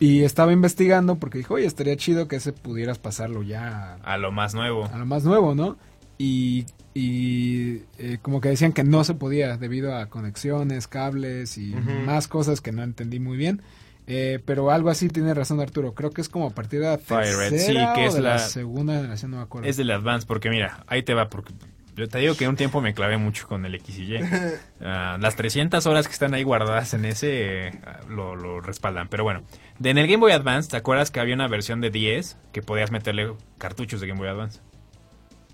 Speaker 4: Y estaba investigando porque dijo, oye, estaría chido que ese pudieras pasarlo ya
Speaker 2: A lo más nuevo.
Speaker 4: a lo más nuevo, ¿no? Y, y, eh, como que decían que no se podía debido a conexiones, cables y
Speaker 5: Ujú.
Speaker 4: más cosas que no entendí muy bien. Eh, pero algo así tiene razón Arturo. Creo que es como a partir de la
Speaker 2: Fire Red, sí,
Speaker 4: tercera
Speaker 2: que
Speaker 4: o
Speaker 2: es
Speaker 4: de la...
Speaker 2: la-
Speaker 4: segunda generación, no me acuerdo.
Speaker 2: Es del Advance, porque mira, ahí te va. Porque Yo te digo que un tiempo me clavé mucho con el X y Y. Ah, las 300 horas que están ahí guardadas en ese eh, lo, lo respaldan. Pero bueno, de- en el Game Boy Advance, ¿te acuerdas que había una versión de 10 que podías meterle cartuchos de Game Boy Advance?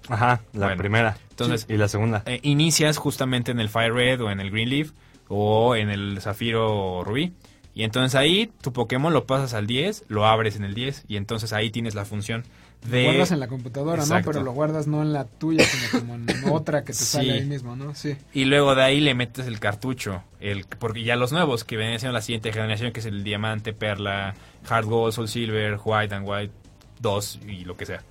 Speaker 5: Ajá, la
Speaker 2: Bueno,
Speaker 5: primera.
Speaker 2: entonces-
Speaker 5: y la segunda.
Speaker 2: eh, inicias justamente en el Fire Red o en el Green Leaf o en el Zafiro o Rubí. Y entonces ahí tu Pokémon lo pasas al 10, lo abres en el 10 y entonces ahí tienes la función de...
Speaker 4: Guardas en la computadora,
Speaker 2: Exacto.
Speaker 4: ¿no? Pero lo guardas no en la tuya, sino como en otra que te
Speaker 2: Sí.
Speaker 4: sale ahí mismo, ¿no? Sí.
Speaker 2: Y luego de ahí le metes el cartucho, el porque ya los nuevos que vienen siendo la siguiente generación, que es el Diamante, Perla, Hard Gold, Soul Silver, White and White 2 y lo que sea.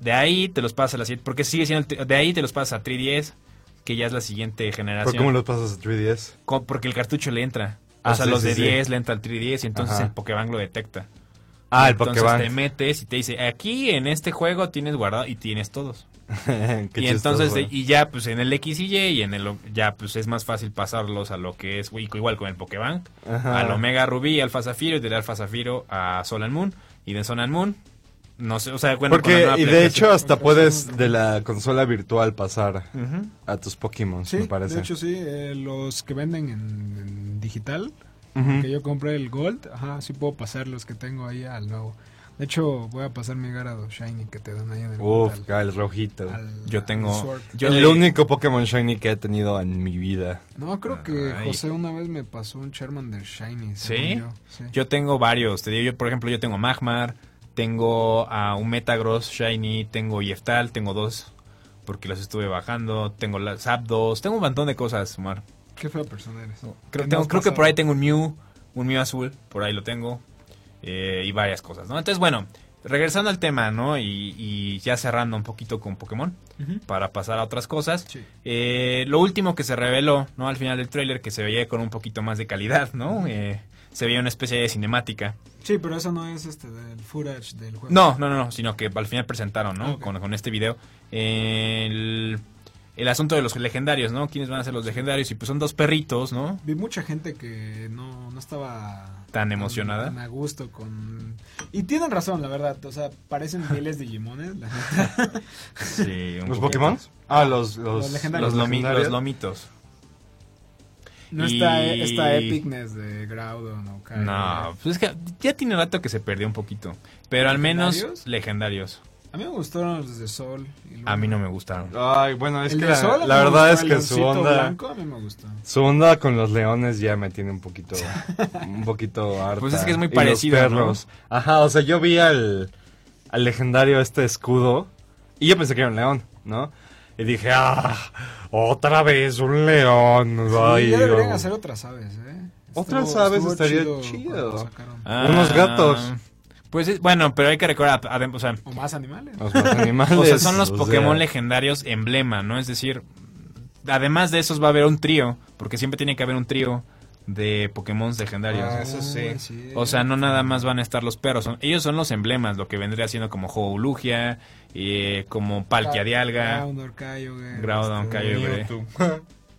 Speaker 2: De ahí te los pasas a la siguiente, porque sigue siendo... el tri- de ahí te los pasas a 3DS, que ya es la siguiente generación.
Speaker 5: ¿Pero cómo los pasas a 3DS?
Speaker 2: Co- Porque el cartucho le entra. O
Speaker 5: Ah,
Speaker 2: sea,
Speaker 5: sí,
Speaker 2: los
Speaker 5: sí,
Speaker 2: de
Speaker 5: sí.
Speaker 2: 10 le entra al 3DS y entonces
Speaker 5: Ajá.
Speaker 2: el Pokébank lo detecta.
Speaker 5: Ah, el
Speaker 2: entonces
Speaker 5: Pokémon.
Speaker 2: te metes y te dice, aquí en este juego tienes guardado y tienes todos. y entonces, de- y ya pues en el X y Y y en el, ya pues es más fácil pasarlos a lo que es, güey, igual con el Pokébank,
Speaker 5: Ajá.
Speaker 2: al Omega Rubí, Alfa Zafiro y del Alfa Zafiro a Sol and Moon y de Sol and Moon, no sé, o sea, bueno, con la
Speaker 5: Porque,
Speaker 2: nueva
Speaker 5: y de
Speaker 2: aplicación.
Speaker 5: hecho, hasta puedes de la consola virtual pasar
Speaker 2: Ujú.
Speaker 5: a tus Pokémon,
Speaker 4: Sí,
Speaker 5: me parece.
Speaker 4: de hecho sí, eh, los que venden en, en digital,
Speaker 5: Ujú.
Speaker 4: que yo compré el Gold, ajá, sí puedo pasar los que tengo ahí al nuevo. De hecho, voy a pasar mi Garado Shiny que te dan ahí en el
Speaker 5: Uf,
Speaker 4: portal,
Speaker 5: el rojito.
Speaker 4: al-
Speaker 2: Yo
Speaker 4: al
Speaker 2: tengo...
Speaker 4: Sword.
Speaker 2: Yo
Speaker 5: el
Speaker 2: de-
Speaker 5: único Pokémon Shiny que he tenido en mi vida.
Speaker 4: No, creo que
Speaker 2: Ay.
Speaker 4: José una vez me pasó un Charmander Shiny. según
Speaker 2: ¿Sí?
Speaker 4: Yo, sí.
Speaker 2: Yo tengo varios. Te digo, yo, por ejemplo, yo tengo Magmar, tengo a un Metagross Shiny, tengo Yeftal, tengo dos, porque los estuve bajando, tengo la Zapdos, tengo un montón de cosas, Omar.
Speaker 4: Qué fea persona eres.
Speaker 2: Creo,
Speaker 4: ¿Qué
Speaker 2: tengo-
Speaker 4: más
Speaker 2: creo que
Speaker 4: pasaba?
Speaker 2: por ahí tengo un Mew, un Mew azul, por ahí lo tengo, eh, y varias cosas, ¿no? Entonces, bueno, regresando al tema, ¿no? Y, y ya cerrando un poquito con Pokémon,
Speaker 4: Ujú.
Speaker 2: para pasar a otras cosas.
Speaker 4: Sí.
Speaker 2: Eh, lo último que se reveló, ¿no? Al final del tráiler, que se veía con un poquito más de calidad, ¿no? Eh, se veía una especie de cinemática.
Speaker 4: Sí, pero eso no es este del footage del juego.
Speaker 2: No, no, no, no, sino que al final presentaron, ¿no?
Speaker 4: Ok.
Speaker 2: Con, con este video. El, el asunto de los legendarios, ¿no? ¿Quiénes van a ser los legendarios? Y pues son dos perritos, ¿no?
Speaker 4: Vi mucha gente que no, no estaba
Speaker 2: Tan emocionada.
Speaker 4: tan a gusto con... Y tienen razón, la verdad. O sea, parecen miles de Digimones. La neta.
Speaker 2: Sí,
Speaker 5: ¿Los Pokémon? Ah, los, los,
Speaker 4: Los
Speaker 2: Los,
Speaker 4: legendarios.
Speaker 2: lomi-
Speaker 5: legendarios.
Speaker 2: los lomitos.
Speaker 4: No está
Speaker 2: Y-
Speaker 4: esta epicness de Groudon o Kyogre.
Speaker 2: No, pues es que ya tiene rato que se perdió un poquito. Pero al menos
Speaker 4: ¿Legendarios?
Speaker 2: legendarios.
Speaker 4: A mí me gustaron los de Sol. y Luna.
Speaker 2: A mí no me gustaron.
Speaker 5: Ay, bueno, es
Speaker 4: El
Speaker 5: que
Speaker 4: de
Speaker 5: la,
Speaker 4: Sol, a mí
Speaker 5: la
Speaker 4: me
Speaker 5: verdad es
Speaker 4: gustó,
Speaker 5: que
Speaker 4: el
Speaker 5: su
Speaker 4: leoncito
Speaker 5: onda...
Speaker 4: blanco a mí me gustó.
Speaker 5: Su onda con los leones ya me tiene un poquito, un poquito harta.
Speaker 2: Pues es que es muy
Speaker 5: Y los
Speaker 2: parecido,
Speaker 5: perros. Ajá, o sea, yo vi al, al legendario este escudo y yo pensé que era un león, ¿no? Y dije, ah, otra vez un león.
Speaker 4: Sí,
Speaker 5: ay,
Speaker 4: ya deberían
Speaker 5: oh".
Speaker 4: hacer otras aves, ¿eh?
Speaker 5: Otras aves estaría chido.
Speaker 4: cuando sacaron.
Speaker 2: Ah,
Speaker 5: Unos gatos.
Speaker 2: Pues es- bueno, pero hay que recordar, adem- o sea,
Speaker 4: O más animales.
Speaker 5: Los más animales.
Speaker 2: O sea, son los
Speaker 5: o
Speaker 2: Pokémon
Speaker 5: sea,
Speaker 2: legendarios emblema, ¿no? Es decir, además de esos va a haber un trío, porque siempre tiene que haber un trío de Pokémon legendarios.
Speaker 5: Ah, eso sí.
Speaker 4: sí.
Speaker 2: O sea, no nada más van a estar los perros, son- ellos son los emblemas, lo que vendría siendo como Houlugia, eh, como Palkia de Alga,
Speaker 4: Groudon, Kyogre.
Speaker 2: Groudon,
Speaker 4: este,
Speaker 2: Kyogre,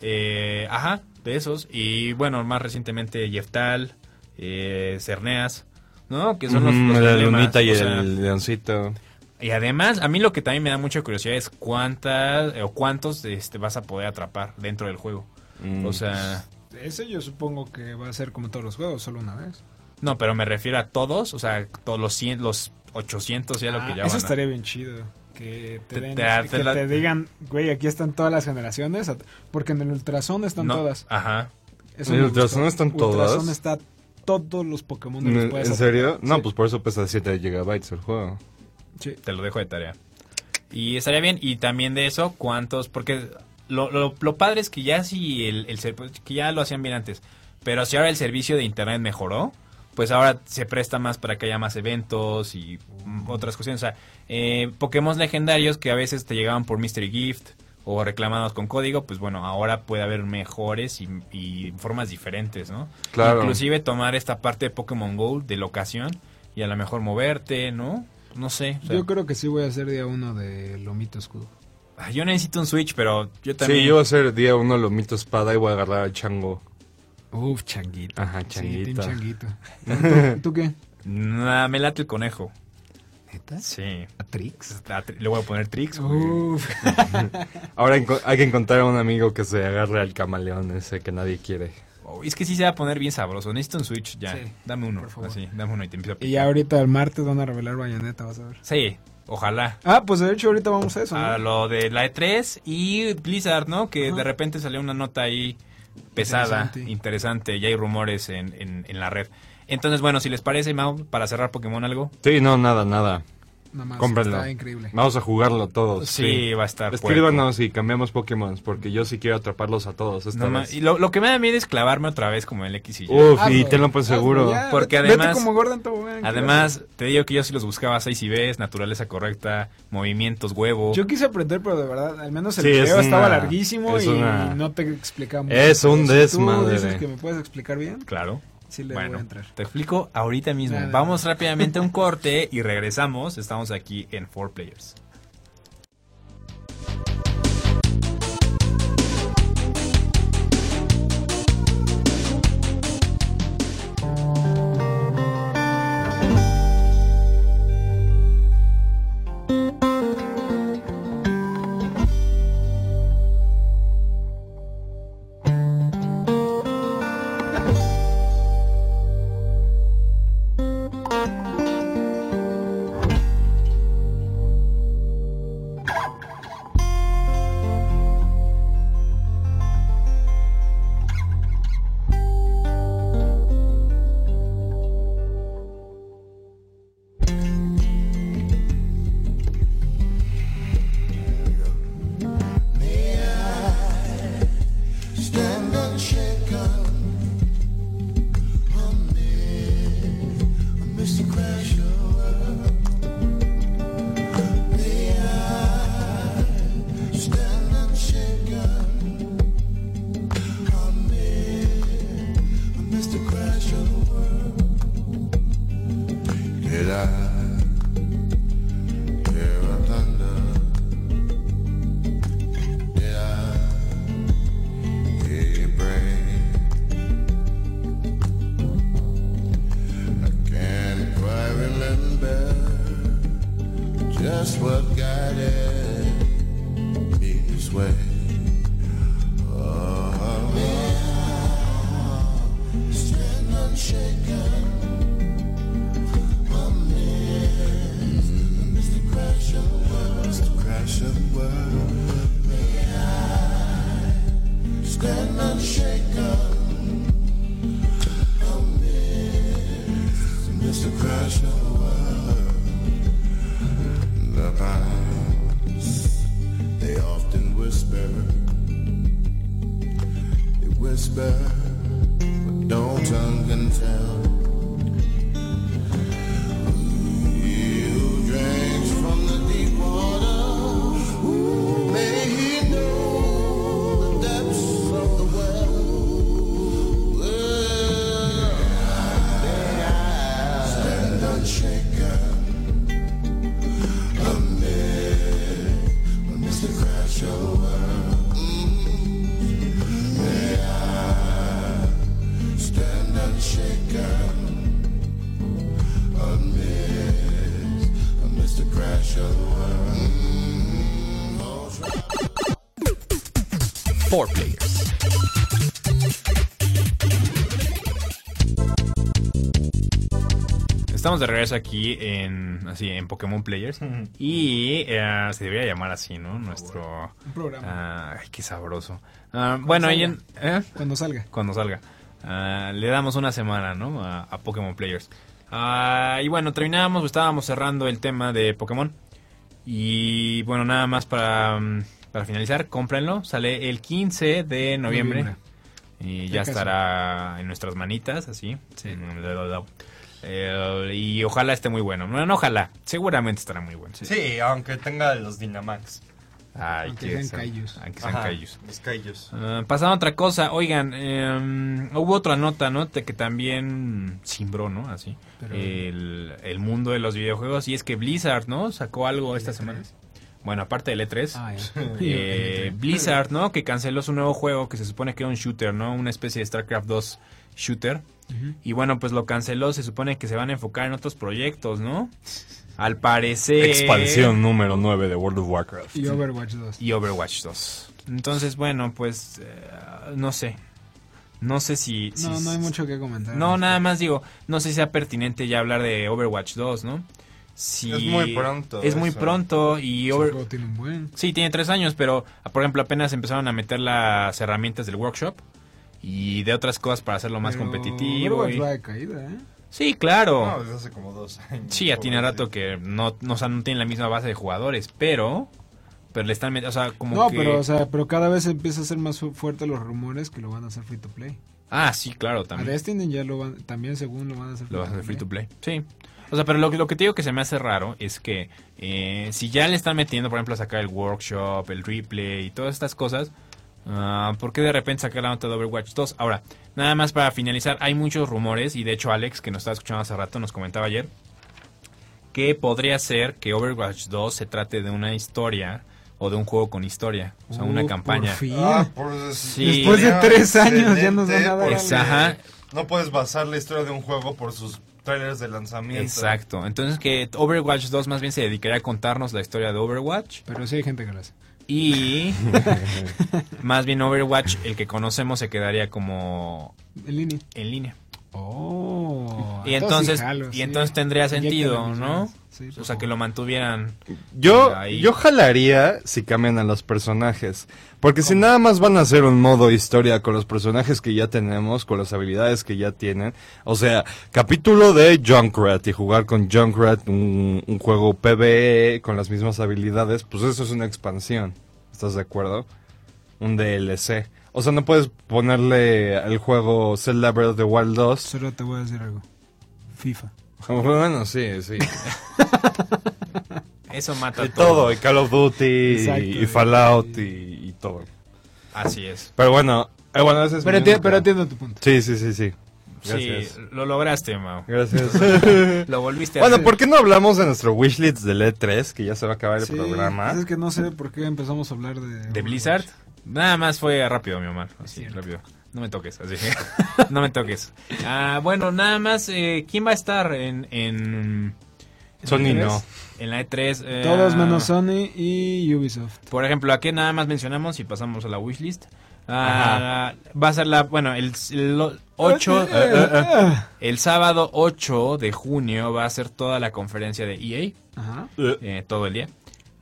Speaker 2: eh, ajá, de esos, y bueno, más recientemente Yeftal, eh, Cerneas, ¿no? Que son los,
Speaker 5: ujú,
Speaker 2: los
Speaker 5: la
Speaker 2: emblemas,
Speaker 5: lunita y
Speaker 2: o sea,
Speaker 5: el leoncito.
Speaker 2: Y además, a mí lo que también me da mucha curiosidad es cuántas eh, o cuántos este, vas a poder atrapar dentro del juego.
Speaker 5: Mm.
Speaker 2: O sea,
Speaker 4: este, Ese yo supongo que va a ser como todos los juegos, solo una vez.
Speaker 2: no, pero me refiero a todos, o sea, todos los 100, los 800 ya lo que
Speaker 4: Ah,
Speaker 2: ya
Speaker 4: eso
Speaker 2: van a-
Speaker 4: estaría bien chido. Que te,
Speaker 2: Te-
Speaker 4: den-
Speaker 2: te-
Speaker 4: que
Speaker 2: te la-
Speaker 4: te digan, güey, aquí están todas las generaciones. at- Porque en el Ultrason están
Speaker 2: No,
Speaker 4: todas.
Speaker 2: Ajá.
Speaker 4: Eso
Speaker 5: ¿En el
Speaker 4: me gustó.
Speaker 5: Ultrason están todas?
Speaker 4: Ultrason está todos los Pokémon. que los puedes
Speaker 5: ¿En serio?
Speaker 4: atrapar.
Speaker 5: No,
Speaker 4: Sí.
Speaker 5: pues por eso pesa 7 gigabytes el juego.
Speaker 4: Sí.
Speaker 2: Te lo dejo de tarea. Y estaría bien. Y también de eso, cuántos. Porque lo, lo, lo padre es que ya si el, el ser- pues, que ya lo hacían bien antes. Pero si ahora el servicio de internet mejoró, pues ahora se presta más para que haya más eventos y mm, otras cuestiones. O sea, eh, Pokémon legendarios que a veces te llegaban por Mystery Gift o reclamados con código, pues bueno, ahora puede haber mejores y, y formas diferentes, ¿no?
Speaker 5: Claro.
Speaker 2: Inclusive tomar esta parte de Pokémon Go de locación y a lo mejor moverte, ¿no? No sé. o sea.
Speaker 4: Yo creo que sí voy a hacer día uno de Lomito Escudo.
Speaker 2: Ah, Yo necesito un Switch, pero yo también.
Speaker 5: Sí, yo voy a hacer día uno lomito espada y voy a agarrar al chango.
Speaker 4: Uf, changuito.
Speaker 5: Ajá,
Speaker 4: Sí, team
Speaker 5: changuito.
Speaker 4: changuito. ¿Tú, tú qué?
Speaker 2: Nah, me late el conejo.
Speaker 6: ¿Neta?
Speaker 2: Sí.
Speaker 6: ¿Matrix?
Speaker 2: Ah, tri- Le voy a poner Trix,
Speaker 4: Oh.
Speaker 2: güey.
Speaker 4: Uf.
Speaker 5: Ahora enco- hay que encontrar a un amigo que se agarre al camaleón ese que nadie quiere.
Speaker 2: Oh, es que sí se va a poner bien sabroso. Necesito un Switch ya.
Speaker 6: Sí,
Speaker 2: dame uno.
Speaker 6: por favor.
Speaker 2: Así, dame uno y te empiezo a
Speaker 4: Y ya
Speaker 2: picar.
Speaker 4: ahorita el martes van a revelar Bayonetta, vas a ver.
Speaker 2: Sí, ojalá.
Speaker 4: Ah, pues de hecho ahorita vamos a eso. ¿no?
Speaker 5: Ah,
Speaker 2: A lo de la E3 y Blizzard, ¿no? Que
Speaker 4: Ajá.
Speaker 2: de repente salió una nota ahí pesada, interesante,
Speaker 4: Interesante.
Speaker 2: ya hay rumores en, en- en la red. Entonces, bueno, si les parece, Mau, para cerrar Pokémon algo.
Speaker 5: Sí, no, nada, nada.
Speaker 4: Nada más,
Speaker 5: Cómprenlo. Ah,
Speaker 4: Está increíble.
Speaker 5: Vamos a jugarlo todos.
Speaker 2: Sí, va a estar
Speaker 5: Escríbanos y cambiamos Pokémon, porque yo sí quiero atraparlos a todos esta
Speaker 2: No ma-
Speaker 5: vez.
Speaker 2: y lo, lo que me da miedo es clavarme otra vez como el X y Y.
Speaker 5: Uf, y
Speaker 4: Hazlo,
Speaker 5: pues tenlo por
Speaker 4: Ah, pues, hazlo,
Speaker 5: seguro.
Speaker 4: ya,
Speaker 2: Porque
Speaker 4: vete- vete
Speaker 2: además-
Speaker 4: como Gordon eh, Tobogán,
Speaker 2: Además, te digo que yo sí los buscaba 6 y Bs, naturaleza correcta, movimientos huevo.
Speaker 4: claro. Yo quise aprender, pero de verdad, al menos el
Speaker 5: oh. Sí, es
Speaker 4: video estaba
Speaker 5: una-
Speaker 4: larguísimo
Speaker 5: es
Speaker 4: y
Speaker 5: una-
Speaker 4: no te explicamos.
Speaker 5: Es un
Speaker 4: Si
Speaker 5: desmadre.
Speaker 4: tú dices que me puedes explicar bien,
Speaker 2: Claro.
Speaker 4: sí le voy a
Speaker 2: Bueno,
Speaker 4: entrar.
Speaker 2: te explico ahorita mismo.
Speaker 4: Nada.
Speaker 2: Vamos rápidamente a un corte y regresamos. Estamos aquí en 4 Players.
Speaker 7: oh, oh, Did I hear a thunder? Did I hear it break? I can't quite remember just what guided me this way. Oh, stand unshaken. Mr. Crash of World, Mr. Crash of World. Stand unshaken. Amazed, Mr. Crash of World. The pines, they often whisper. They whisper, but no tongue can tell. He who drinks from the deep water, may he know the depths of the well. Stand unshaken amid Mr. Crash over. May I stand unshaken? amidst a Mr. Crash of the World. All right.
Speaker 3: Four Players.
Speaker 2: Estamos de regreso aquí en así en Pokémon Players y eh, se debería llamar así, ¿no? Nuestro
Speaker 4: Un programa.
Speaker 2: ah, ay, qué sabroso. Ah, bueno, y en- ¿eh?
Speaker 4: Cuando salga.
Speaker 2: cuando salga. Ah, le damos una semana, ¿no? A, a Pokémon Players. Ah, y bueno, terminábamos, estábamos cerrando el tema de Pokémon. Y bueno, nada más para, mm, para finalizar, cómprenlo. Sale el 15 de noviembre.
Speaker 4: Noviembre.
Speaker 2: Y
Speaker 4: Ya
Speaker 2: ya
Speaker 4: casi.
Speaker 2: estará en nuestras manitas, así. Mm, da, da, da. Eh, y ojalá esté muy bueno. No, no, ojalá. Seguramente estará muy bueno.
Speaker 5: Sí, aunque tenga los Dynamax.
Speaker 2: Ay,
Speaker 4: Aunque
Speaker 2: que
Speaker 4: sean
Speaker 2: sea-
Speaker 4: Kaijus.
Speaker 2: Aunque sean Kaijus.
Speaker 5: Los Kaijus.
Speaker 2: Ah, pasando a otra cosa, oigan, em, hubo otra nota, ¿no? Te- Que también cimbró, ¿no? Así. El, el mundo de los videojuegos. Y es que Blizzard, ¿no? Sacó algo esta semana. Bueno, aparte del E3.
Speaker 4: E Ah, ya.
Speaker 2: eh, Blizzard, ¿no? Que canceló su nuevo juego que se supone que era un shooter, ¿no? Una especie de StarCraft 2 shooter. Y bueno, pues lo canceló. Se supone que se van a enfocar en otros proyectos, ¿no? Al parecer.
Speaker 5: Expansión número 9 de World of Warcraft.
Speaker 4: Y Overwatch 2.
Speaker 2: Y Overwatch 2. Entonces, bueno, pues. eh, no sé. No sé si. si-
Speaker 4: No, no hay mucho que comentar.
Speaker 2: No, nada más digo. No sé si sea pertinente ya hablar de Overwatch 2, ¿no? Si-
Speaker 5: Es muy pronto
Speaker 2: Es muy
Speaker 5: eso.
Speaker 2: pronto y.
Speaker 4: Ese
Speaker 2: Over-
Speaker 4: juego tiene un buen.
Speaker 2: Sí, tiene tres años, pero por ejemplo apenas empezaron a meter las herramientas del workshop y de otras cosas para hacerlo más
Speaker 4: Pero
Speaker 2: competitivo.
Speaker 4: Overwatch
Speaker 2: y-
Speaker 4: va de caída, ¿eh?
Speaker 2: Sí, claro.
Speaker 5: No, desde hace como dos años.
Speaker 2: sí, ya tiene rato que no, no, o sea, no tienen la misma base de jugadores, pero pero le están metiendo, o sea, como
Speaker 4: No,
Speaker 2: que-
Speaker 4: pero, o sea, pero cada vez empieza a ser más fu- fuerte los rumores que lo van a hacer free to play.
Speaker 2: Ah, sí, claro,
Speaker 4: A
Speaker 2: también.
Speaker 4: Destiny ya lo van, también según lo van a hacer
Speaker 2: Lo vas a hacer free to play. Sí. O sea, pero lo, que- lo que te digo que se me hace raro es que eh, si ya le están metiendo, por ejemplo, a sacar el workshop, el replay y todas estas cosas, ah, ¿por qué de repente sacar la nota de Overwatch 2? Ahora, nada más para finalizar, hay muchos rumores y de hecho Alex, que nos estaba escuchando hace rato, nos comentaba ayer que podría ser que Overwatch 2 se trate de una historia o de un juego con historia, o sea, una
Speaker 4: Uh,
Speaker 2: campaña.
Speaker 4: Por fin.
Speaker 5: Ah,
Speaker 2: Sí.
Speaker 4: Después de tres años ya nos van a dar
Speaker 2: Pues, ajá.
Speaker 5: No puedes basar la historia de un juego por sus trailers de lanzamiento.
Speaker 2: Exacto. Entonces que Overwatch 2 más bien se dedicaría a contarnos la historia de Overwatch.
Speaker 4: Pero sí hay gente que lo hace.
Speaker 2: Y más bien Overwatch, el que conocemos, se quedaría como
Speaker 4: En línea.
Speaker 2: en línea.
Speaker 4: Oh.
Speaker 2: Y
Speaker 4: entonces
Speaker 2: entonces, y entonces tendría sentido, ¿no? O sea, que lo mantuvieran.
Speaker 5: Yo,
Speaker 2: Ahí.
Speaker 5: yo jalaría si cambian a los personajes. Porque si nada más van a hacer un modo historia con los personajes que ya tenemos, con las habilidades que ya tienen. O sea, capítulo de Junkrat y jugar con Junkrat, un, un juego PvE con las mismas habilidades, pues eso es una expansión. ¿Estás de acuerdo? Un DLC. O sea, no puedes ponerle al juego Zelda Breath of the Wild 2.
Speaker 4: Solo te voy a decir algo. FIFA.
Speaker 5: Bueno, sí, sí.
Speaker 2: Eso mata
Speaker 5: Y
Speaker 2: todo.
Speaker 5: todo, y Call of Duty, y-
Speaker 4: Exacto,
Speaker 5: y,
Speaker 4: y-
Speaker 5: Fallout, y- y todo.
Speaker 2: Así es.
Speaker 5: Pero bueno, eh, bueno, ese es
Speaker 4: Pero,
Speaker 5: mi
Speaker 4: enti-
Speaker 5: única-
Speaker 4: pero entiendo tu punto.
Speaker 5: Sí, sí, sí, sí.
Speaker 2: Sí,
Speaker 5: Gracias.
Speaker 2: lo lograste, Mau.
Speaker 5: Gracias.
Speaker 2: Lo volviste a
Speaker 5: bueno,
Speaker 2: hacer.
Speaker 5: ¿por qué no hablamos de nuestro wishlist del E3, que ya se va a acabar el
Speaker 4: Sí,
Speaker 5: programa?
Speaker 4: pues Es que no sé por qué empezamos a hablar de.
Speaker 2: ¿De
Speaker 4: Overwatch.
Speaker 2: Blizzard? Nada más fue rápido, mi Omar. Así,
Speaker 4: cierto.
Speaker 2: rápido. No me toques, así. no me toques. Ah, bueno, nada más, eh, ¿quién va a estar en... en en
Speaker 5: Sony
Speaker 2: la E3?
Speaker 5: no.
Speaker 2: En la E3. eh,
Speaker 4: Todos menos Sony y Ubisoft.
Speaker 2: Por ejemplo, aquí nada más mencionamos y pasamos a la wishlist. Ah, va a ser la, bueno, el, el
Speaker 4: Ah,
Speaker 2: 8,
Speaker 4: Pues
Speaker 5: eh,
Speaker 2: el sábado 8 de junio va a ser toda la conferencia de EA,
Speaker 4: Ajá.
Speaker 2: eh, todo el día.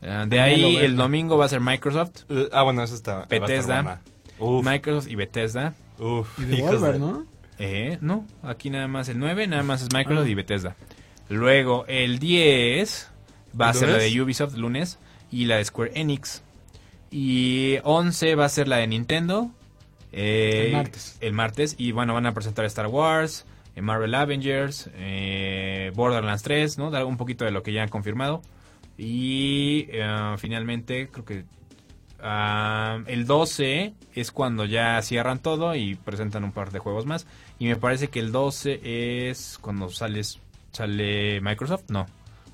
Speaker 2: Ah, de
Speaker 4: Anhelo
Speaker 2: ahí
Speaker 4: verla.
Speaker 2: el domingo va a ser Microsoft,
Speaker 5: Eh, ah, bueno, eso está. va a estar
Speaker 2: Bethesda.
Speaker 5: buena. Uf,
Speaker 2: Microsoft y Bethesda.
Speaker 5: uf,
Speaker 4: Y de
Speaker 5: hijos
Speaker 4: Wolver,
Speaker 5: de-
Speaker 4: ¿no?
Speaker 2: Eh, no, aquí nada más el 9, nada más es Microsoft
Speaker 4: Ah.
Speaker 2: y Bethesda. Luego el 10 va a ser la
Speaker 5: ¿Lunes?
Speaker 2: de Ubisoft lunes y la de Square Enix. Y 11 va a ser la de Nintendo. eh,
Speaker 4: El martes.
Speaker 2: el martes. Y bueno, van a presentar Star Wars, eh, Marvel Avengers, eh, Borderlands 3, ¿no? Dar un poquito de lo que ya han confirmado. Y eh, finalmente, creo que Ah, el 12 es cuando ya cierran todo y presentan un par de juegos más. Y me parece que el 12 es cuando sales, sale Microsoft. No,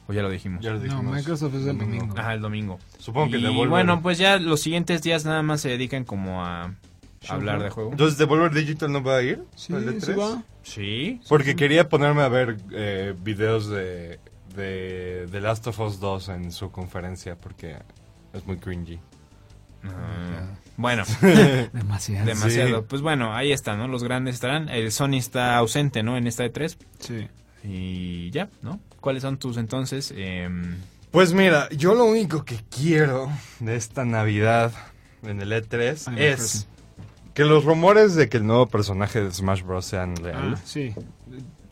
Speaker 2: o ya lo dijimos.
Speaker 5: Ya lo
Speaker 4: No,
Speaker 5: dijimos.
Speaker 4: Microsoft es el
Speaker 5: Domingo.
Speaker 4: domingo.
Speaker 2: Ajá, el domingo.
Speaker 5: Supongo que
Speaker 2: y
Speaker 5: Devolver.
Speaker 2: bueno, pues ya los siguientes días nada más se dedican como a
Speaker 4: Show
Speaker 2: hablar de
Speaker 4: off.
Speaker 2: juego.
Speaker 5: Entonces, ¿Devolver Digital no va a ir?
Speaker 4: Sí,
Speaker 5: ¿Al E3?
Speaker 4: sí va.
Speaker 2: Sí.
Speaker 5: Porque quería ponerme a ver eh, videos de, de The Last of Us 2 en su conferencia, porque es muy cringy.
Speaker 2: Ah, bueno,
Speaker 4: Demasiado.
Speaker 2: demasiado. Pues bueno, ahí está, ¿no? Los grandes estarán. El Sony está ausente, ¿no? En esta de 3
Speaker 4: Sí.
Speaker 2: Y ya, ¿no? ¿Cuáles son tus entonces? em,
Speaker 5: Pues mira, yo lo único que quiero de esta Navidad en el E3
Speaker 4: Animal
Speaker 5: es que los rumores de que el nuevo personaje de Smash Bros. sean real.
Speaker 4: Ah, sí.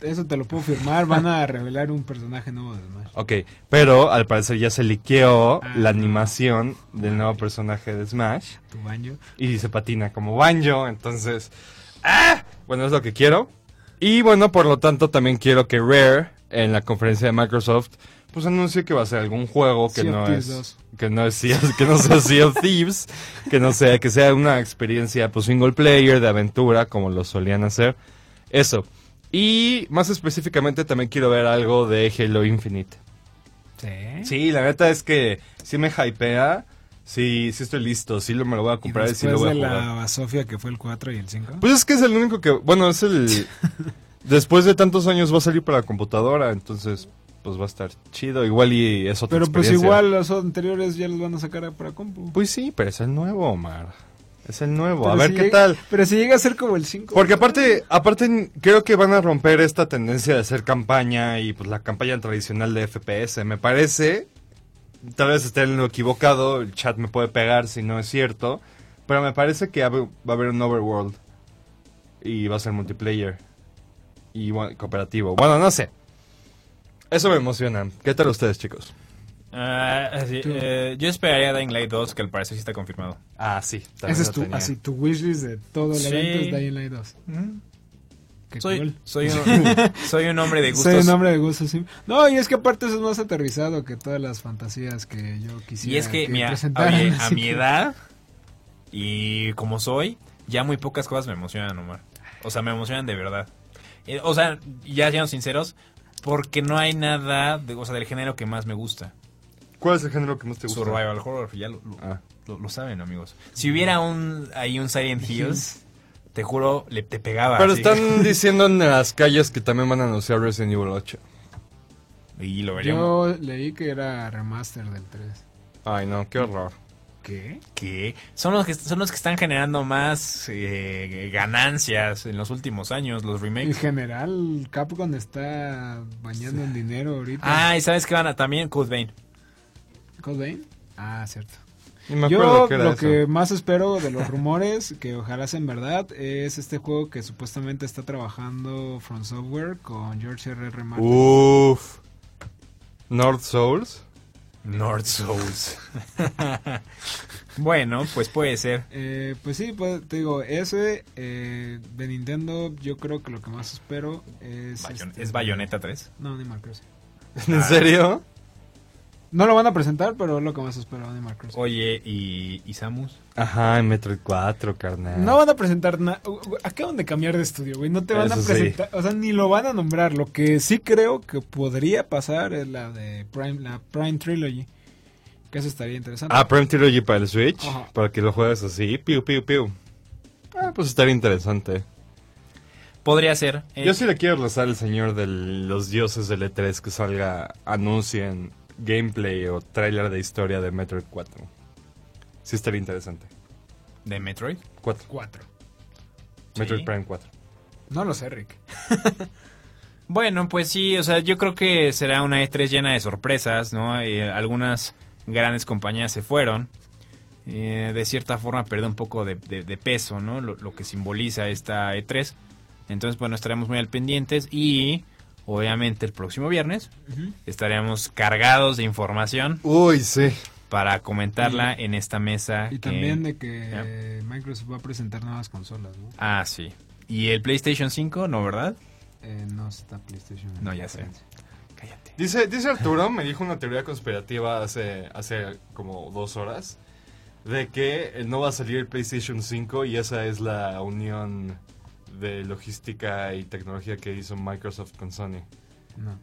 Speaker 4: Eso te lo puedo firmar. Van a revelar un personaje nuevo de Smash.
Speaker 5: Ok, pero al parecer ya se liqueó
Speaker 4: Ah.
Speaker 5: la animación del nuevo personaje de Smash
Speaker 4: Tu baño.
Speaker 5: y se patina como Banjo, entonces... ¡Ah! Bueno, es lo que quiero. Y bueno, por lo tanto también quiero que Rare, en la conferencia de Microsoft, pues anuncie que va a ser algún juego que
Speaker 4: Sea of
Speaker 5: no
Speaker 4: Thieves
Speaker 5: es...
Speaker 4: 2.
Speaker 5: que no sea, que no sea Sea of Thieves, que no sea, que sea una experiencia pues single player de aventura como lo solían hacer. Eso. Y más específicamente también quiero ver algo de Halo Infinite.
Speaker 4: Sí.
Speaker 5: Sí, la neta es que sí me hypea, sí, sí estoy listo, sí lo, me lo voy a
Speaker 4: Y
Speaker 5: comprar y,
Speaker 4: después
Speaker 5: sí lo voy a
Speaker 4: de
Speaker 5: jugar.
Speaker 4: la basofia que fue el 4 y el 5.
Speaker 5: Pues es que es el único que, bueno, es el después de tantos años va a salir para computadora, entonces pues va a estar chido. Igual y es otra
Speaker 4: Pero pues
Speaker 5: experiencia.
Speaker 4: igual los anteriores ya los van a sacar a- para compu.
Speaker 5: Pues sí, pero es el nuevo, Omar. Es el nuevo. a
Speaker 4: Pero
Speaker 5: ver
Speaker 4: si
Speaker 5: qué
Speaker 4: llega-
Speaker 5: tal.
Speaker 4: Pero si llega a ser como el 5.
Speaker 5: Porque aparte, aparte creo que van a romper esta tendencia de hacer campaña y pues la campaña tradicional de FPS, me parece. Tal vez esté en lo equivocado, el chat me puede pegar si no es cierto, pero me parece que hab- va a haber un overworld y va a ser multiplayer y bueno, cooperativo. Bueno, no sé. Eso me emociona. ¿Qué tal ustedes, chicos?
Speaker 2: Ah, así, eh, yo esperaría a Dying Light 2, que al parecer sí está confirmado.
Speaker 5: Ah, sí. también
Speaker 4: Ese es
Speaker 5: lo
Speaker 4: tu,
Speaker 5: tenía.
Speaker 4: así, tu wishlist de todo el
Speaker 2: Sí.
Speaker 4: evento es Dying Light 2. Mm. Qué cool.
Speaker 2: Soy, soy, un, soy un hombre de gustos.
Speaker 4: Soy un hombre de gusto, sí. No, y es que aparte eso es más aterrizado que todas las fantasías que yo quisiera
Speaker 2: y es que, mira, a,
Speaker 4: presentaran,
Speaker 2: mi, a
Speaker 4: así
Speaker 2: mi
Speaker 4: que-
Speaker 2: edad y como soy, ya muy pocas cosas me emocionan, Omar. O sea, me emocionan de verdad. Eh, o sea, ya seamos sinceros, porque no hay nada, de, o sea, del género que más me gusta.
Speaker 5: ¿Cuál es el género que más te gusta?
Speaker 2: Survival horror, ya lo, lo-
Speaker 5: Ah.
Speaker 2: lo- lo saben, amigos. Si hubiera un ahí un Silent Hills, te juro, le te pegaba.
Speaker 5: Pero
Speaker 2: así.
Speaker 5: están diciendo en las calles que también van a anunciar Resident Evil 8.
Speaker 2: Y lo veríamos.
Speaker 4: Yo leí que era remaster del 3.
Speaker 5: Ay, no, qué horror.
Speaker 4: ¿Qué?
Speaker 2: que son los que son los que están generando más eh, ganancias en los últimos años, los
Speaker 4: En
Speaker 2: remakes.
Speaker 4: general, Capcom está bañando en dinero ahorita.
Speaker 2: Ah, y sabes que van a también Code Vein.
Speaker 4: ¿Cobain? Ah, cierto.
Speaker 5: Ni me
Speaker 4: Yo
Speaker 5: acuerdo que era
Speaker 4: lo
Speaker 5: eso.
Speaker 4: que más espero de los rumores, que ojalá sea en verdad, es este juego que supuestamente está trabajando From Software con George R.R. Martin.
Speaker 5: Uf. North Souls.
Speaker 2: North Souls. bueno, pues puede ser.
Speaker 4: Eh, pues sí, pues, te digo, ese eh, de Nintendo, yo creo que lo que más espero es.
Speaker 2: Bayon-
Speaker 4: este-
Speaker 2: es Bayonetta 3.
Speaker 4: No, Animal Crossing.
Speaker 5: ¿En serio?
Speaker 4: No lo van a presentar, pero es lo que más espero, Animal Crossing.
Speaker 2: Oye, ¿y, y Samus?
Speaker 5: Ajá, en Metroid 4, carnal.
Speaker 4: No van a presentar nada. Acaban de cambiar de estudio, güey. No te van
Speaker 5: Eso
Speaker 4: a
Speaker 5: sí.
Speaker 4: presentar. O sea, ni lo van a nombrar. Lo que sí creo que podría pasar es la de Prime, la Prime Trilogy. Que eso estaría interesante.
Speaker 5: Ah, Prime Trilogy para el Switch.
Speaker 4: Ajá.
Speaker 5: Para que lo juegues así. Piu, piu, piu. Ah, pues estaría interesante.
Speaker 2: Podría ser. eh,
Speaker 5: Yo sí le quiero rezar al señor de los dioses del E3 que salga, anuncien gameplay o tráiler de historia de Metroid 4. Sí estaría interesante.
Speaker 2: ¿De Metroid?
Speaker 5: 4.
Speaker 4: Cuatro.
Speaker 5: Metroid
Speaker 2: Sí.
Speaker 5: Prime 4.
Speaker 4: No lo sé, Rick.
Speaker 2: Bueno, pues sí, o sea, yo creo que será una E3 llena de sorpresas, ¿no? Y, eh, algunas grandes compañías se fueron. Eh, de cierta forma perdió un poco de, de- de peso, ¿no? Lo, lo que simboliza esta E3. Entonces, bueno, estaremos muy al pendientes y obviamente el próximo viernes estaremos cargados de información
Speaker 5: Uy, sí.
Speaker 2: para comentarla en esta mesa.
Speaker 4: Y
Speaker 2: que-
Speaker 4: también de que Microsoft va a presentar nuevas consolas, ¿no?
Speaker 2: Ah, sí. ¿Y el PlayStation 5? ¿No, verdad?
Speaker 4: Eh, no está PlayStation.
Speaker 2: No, ya sé. Cállate.
Speaker 5: Dice, dice Arturo, me dijo una teoría conspirativa hace, hace como dos horas, de que eh, no va a salir el PlayStation 5 y esa es la unión de logística y tecnología que hizo Microsoft con Sony.
Speaker 4: No.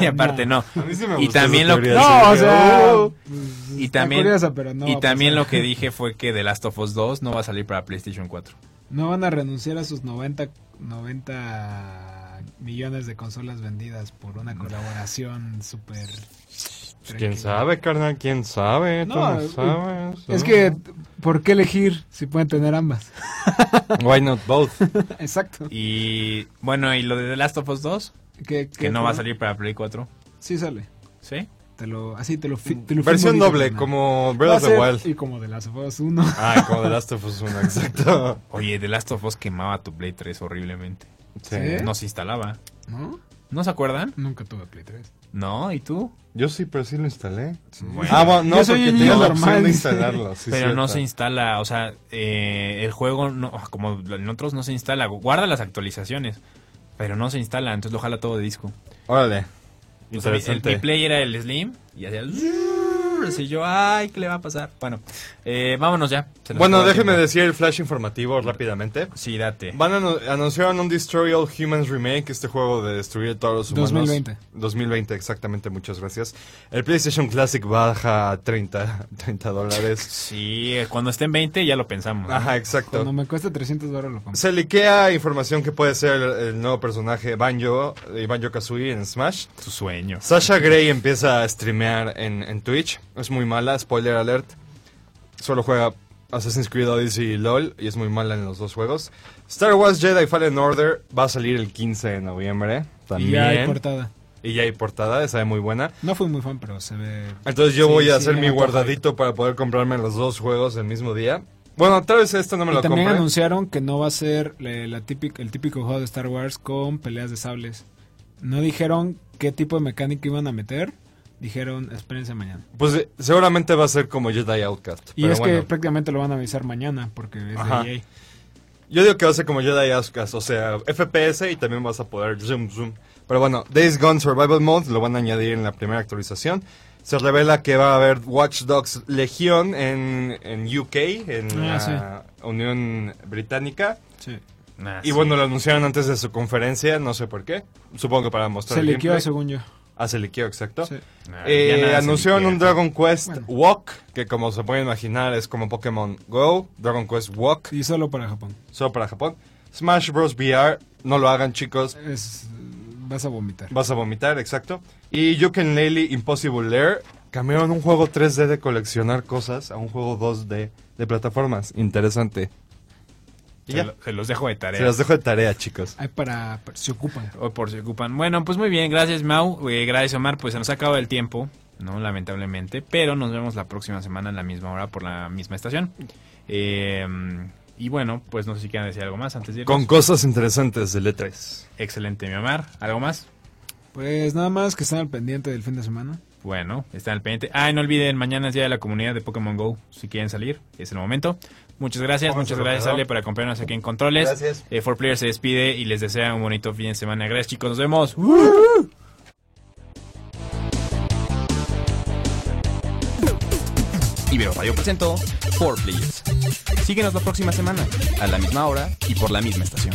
Speaker 2: Y aparte, no.
Speaker 5: A mí sí me
Speaker 2: Y
Speaker 5: gustó
Speaker 2: también
Speaker 5: esa
Speaker 2: lo-
Speaker 5: teoría,
Speaker 2: No,
Speaker 5: así de,
Speaker 4: o sea.
Speaker 5: "Oh".
Speaker 4: pues,
Speaker 2: Y
Speaker 4: está
Speaker 2: también-
Speaker 4: curiosa, pero no va
Speaker 2: y
Speaker 4: a
Speaker 2: también
Speaker 4: pasar.
Speaker 2: lo que dije fue que The Last of Us 2 no va a salir para PlayStation 4.
Speaker 4: No van a renunciar a sus 90, 90 millones de consolas vendidas por una colaboración súper...
Speaker 5: Pues, ¿Quién
Speaker 4: tranquila.
Speaker 5: sabe, carnal? ¿Quién sabe? Tú
Speaker 4: No,
Speaker 5: No,
Speaker 4: eh,
Speaker 5: sabes.
Speaker 4: Es
Speaker 5: ¿no?
Speaker 4: que, ¿por qué elegir si pueden tener ambas?
Speaker 5: Ah. Why not both?
Speaker 4: Exacto.
Speaker 2: Y bueno, y lo de The Last of Us 2,
Speaker 4: ¿Qué-
Speaker 2: que
Speaker 4: qué-
Speaker 2: no va a salir para Play 4.
Speaker 4: Sí sale.
Speaker 2: ¿Sí?
Speaker 4: Te lo, así te lo, fi- te lo
Speaker 5: Versión
Speaker 4: firmo,
Speaker 5: doble,
Speaker 4: digo,
Speaker 5: como
Speaker 4: no. Va
Speaker 5: Breath
Speaker 4: a
Speaker 5: of the
Speaker 4: ser-
Speaker 5: Wild.
Speaker 4: Y como de las Us 1.
Speaker 5: Ah, como The Last of Us 1, exacto.
Speaker 2: Oye, The Last of Us quemaba tu Play 3 horriblemente.
Speaker 4: ¿Eh?
Speaker 2: No se instalaba.
Speaker 4: ¿No?
Speaker 2: ¿No se acuerdan?
Speaker 4: Nunca tuve Play 3.
Speaker 2: No, ¿y tú?
Speaker 5: Yo sí, pero sí lo instalé.
Speaker 2: Bueno.
Speaker 5: Ah, bueno, no,
Speaker 4: Yo soy
Speaker 5: porque
Speaker 4: un
Speaker 5: tenía
Speaker 4: niño
Speaker 5: la opción
Speaker 4: normal.
Speaker 5: de instalarlo. sí,
Speaker 2: Pero no
Speaker 5: cierto.
Speaker 2: se instala, o sea, eh, el juego, no, como en otros, no se instala. Guarda las actualizaciones, pero no se instala, entonces lo jala todo de disco.
Speaker 5: Órale.
Speaker 2: O sea, mi- el,
Speaker 5: Interesante.
Speaker 2: mi Play era el Slim y hacía...
Speaker 6: Wars. Y yo, ay, ¿qué le va a pasar? Bueno, eh, vámonos ya. Se nos
Speaker 5: Bueno,
Speaker 6: acabó el
Speaker 5: déjenme
Speaker 6: tiempo.
Speaker 5: decir el flash informativo rápidamente.
Speaker 2: Sí, date.
Speaker 5: Van a anu- anunciaron un Destroy All Humans Remake, este juego de destruir a todos los humanos.
Speaker 4: 2020.
Speaker 5: 2020, exactamente, muchas gracias. El PlayStation Classic baja a 30, 30 dólares.
Speaker 2: Sí, eh, cuando estén 20 ya lo pensamos.
Speaker 5: Ajá, exacto.
Speaker 4: Cuando me cueste 300 dólares lo compro.
Speaker 5: Se liquea información que puede ser el, el nuevo personaje Banjo, eh, Banjo Kazooie en Smash.
Speaker 2: Tu sueño.
Speaker 5: Sasha Gray empieza a streamear en, en Twitch. Es muy mala, spoiler alert. Solo juega Assassin's Creed Odyssey y LOL y es muy mala en los dos juegos. Star Wars Jedi Fallen Order va a salir el 15 de noviembre. También.
Speaker 4: Y ya hay portada.
Speaker 5: Y ya hay portada, esa es muy buena.
Speaker 4: No fui muy fan, pero se ve.
Speaker 5: Entonces yo
Speaker 4: Sí,
Speaker 5: voy a
Speaker 4: sí,
Speaker 5: hacer
Speaker 4: me
Speaker 5: mi
Speaker 4: antoja.
Speaker 5: guardadito para poder comprarme los dos juegos el mismo día. Bueno, tal vez esto no me
Speaker 4: Y
Speaker 5: lo
Speaker 4: también
Speaker 5: compre.
Speaker 4: anunciaron que no va a ser la, la típica, el típico juego de Star Wars con peleas de sables. No dijeron qué tipo de mecánica iban a meter. Dijeron, espérense mañana.
Speaker 5: Pues eh, seguramente va a ser como Jedi Outcast.
Speaker 4: Y
Speaker 5: pero
Speaker 4: es
Speaker 5: bueno.
Speaker 4: que prácticamente lo van a avisar mañana porque es
Speaker 5: Ajá.
Speaker 4: de E EA.
Speaker 5: Yo digo que va a ser como Jedi Outcast, o sea, FPS y también vas a poder zoom zoom. Pero bueno, Days Gone Survival Mode lo van a añadir en la primera actualización. Se revela que va a haber Watch Dogs Legion en, en UK, en
Speaker 4: Ah,
Speaker 5: la Unión Británica.
Speaker 4: Sí.
Speaker 2: Nah,
Speaker 5: y
Speaker 2: Ah, sí.
Speaker 5: bueno, lo anunciaron antes de su conferencia, no sé por qué. Supongo que para mostrar
Speaker 4: Se
Speaker 5: el
Speaker 4: le quedó
Speaker 5: gameplay.
Speaker 4: según yo.
Speaker 5: Ah, se liqueó, exacto.
Speaker 4: Sí.
Speaker 2: Nah,
Speaker 5: Eh,
Speaker 2: Ah, ya nada se
Speaker 5: anunciaron
Speaker 2: liquea.
Speaker 5: un Dragon Quest
Speaker 4: Bueno.
Speaker 5: Walk, que como se puede imaginar es como Pokémon Go, Dragon Quest Walk
Speaker 4: Y solo para Japón.
Speaker 5: solo para Japón. Smash Bros. VR, no lo hagan chicos,
Speaker 4: Es, vas a vomitar.
Speaker 5: vas a vomitar, exacto. Y Yuken Lely Impossible Lair, cambiaron un juego 3D de coleccionar cosas a un juego 2D de plataformas, interesante. Y
Speaker 2: Se,
Speaker 5: ya,
Speaker 2: lo- se los dejo de tarea.
Speaker 5: se los dejo de tarea chicos.
Speaker 4: Hay para, para- Se ocupan.
Speaker 2: O por si ocupan. Bueno, pues muy bien, gracias Mau, eh, gracias Omar, pues se nos ha acabado el tiempo, ¿no? Lamentablemente, pero nos vemos la próxima semana en la misma hora por la misma estación. Eh, y bueno, pues no sé si quieran decir algo más antes de irnos.
Speaker 5: Con cosas interesantes del E3.
Speaker 2: Excelente, mi Omar. ¿Algo más?
Speaker 4: Pues nada más que están al pendiente del fin de semana.
Speaker 2: Bueno, están al pendiente. Ah, y no olviden, mañana es día de la comunidad de Pokémon Go. Si quieren salir, es el momento. Muchas gracias,
Speaker 5: Pónganse
Speaker 2: muchas
Speaker 5: lo
Speaker 2: gracias,
Speaker 5: mejor.
Speaker 2: Ale, por acompañarnos aquí en Controles.
Speaker 5: Gracias.
Speaker 2: Eh, 4Player se despide y les desea un bonito fin de semana. Gracias, chicos. Nos vemos.
Speaker 8: Ibero Radio presentó 4Players. Síguenos la próxima semana, a la misma hora y por la misma estación.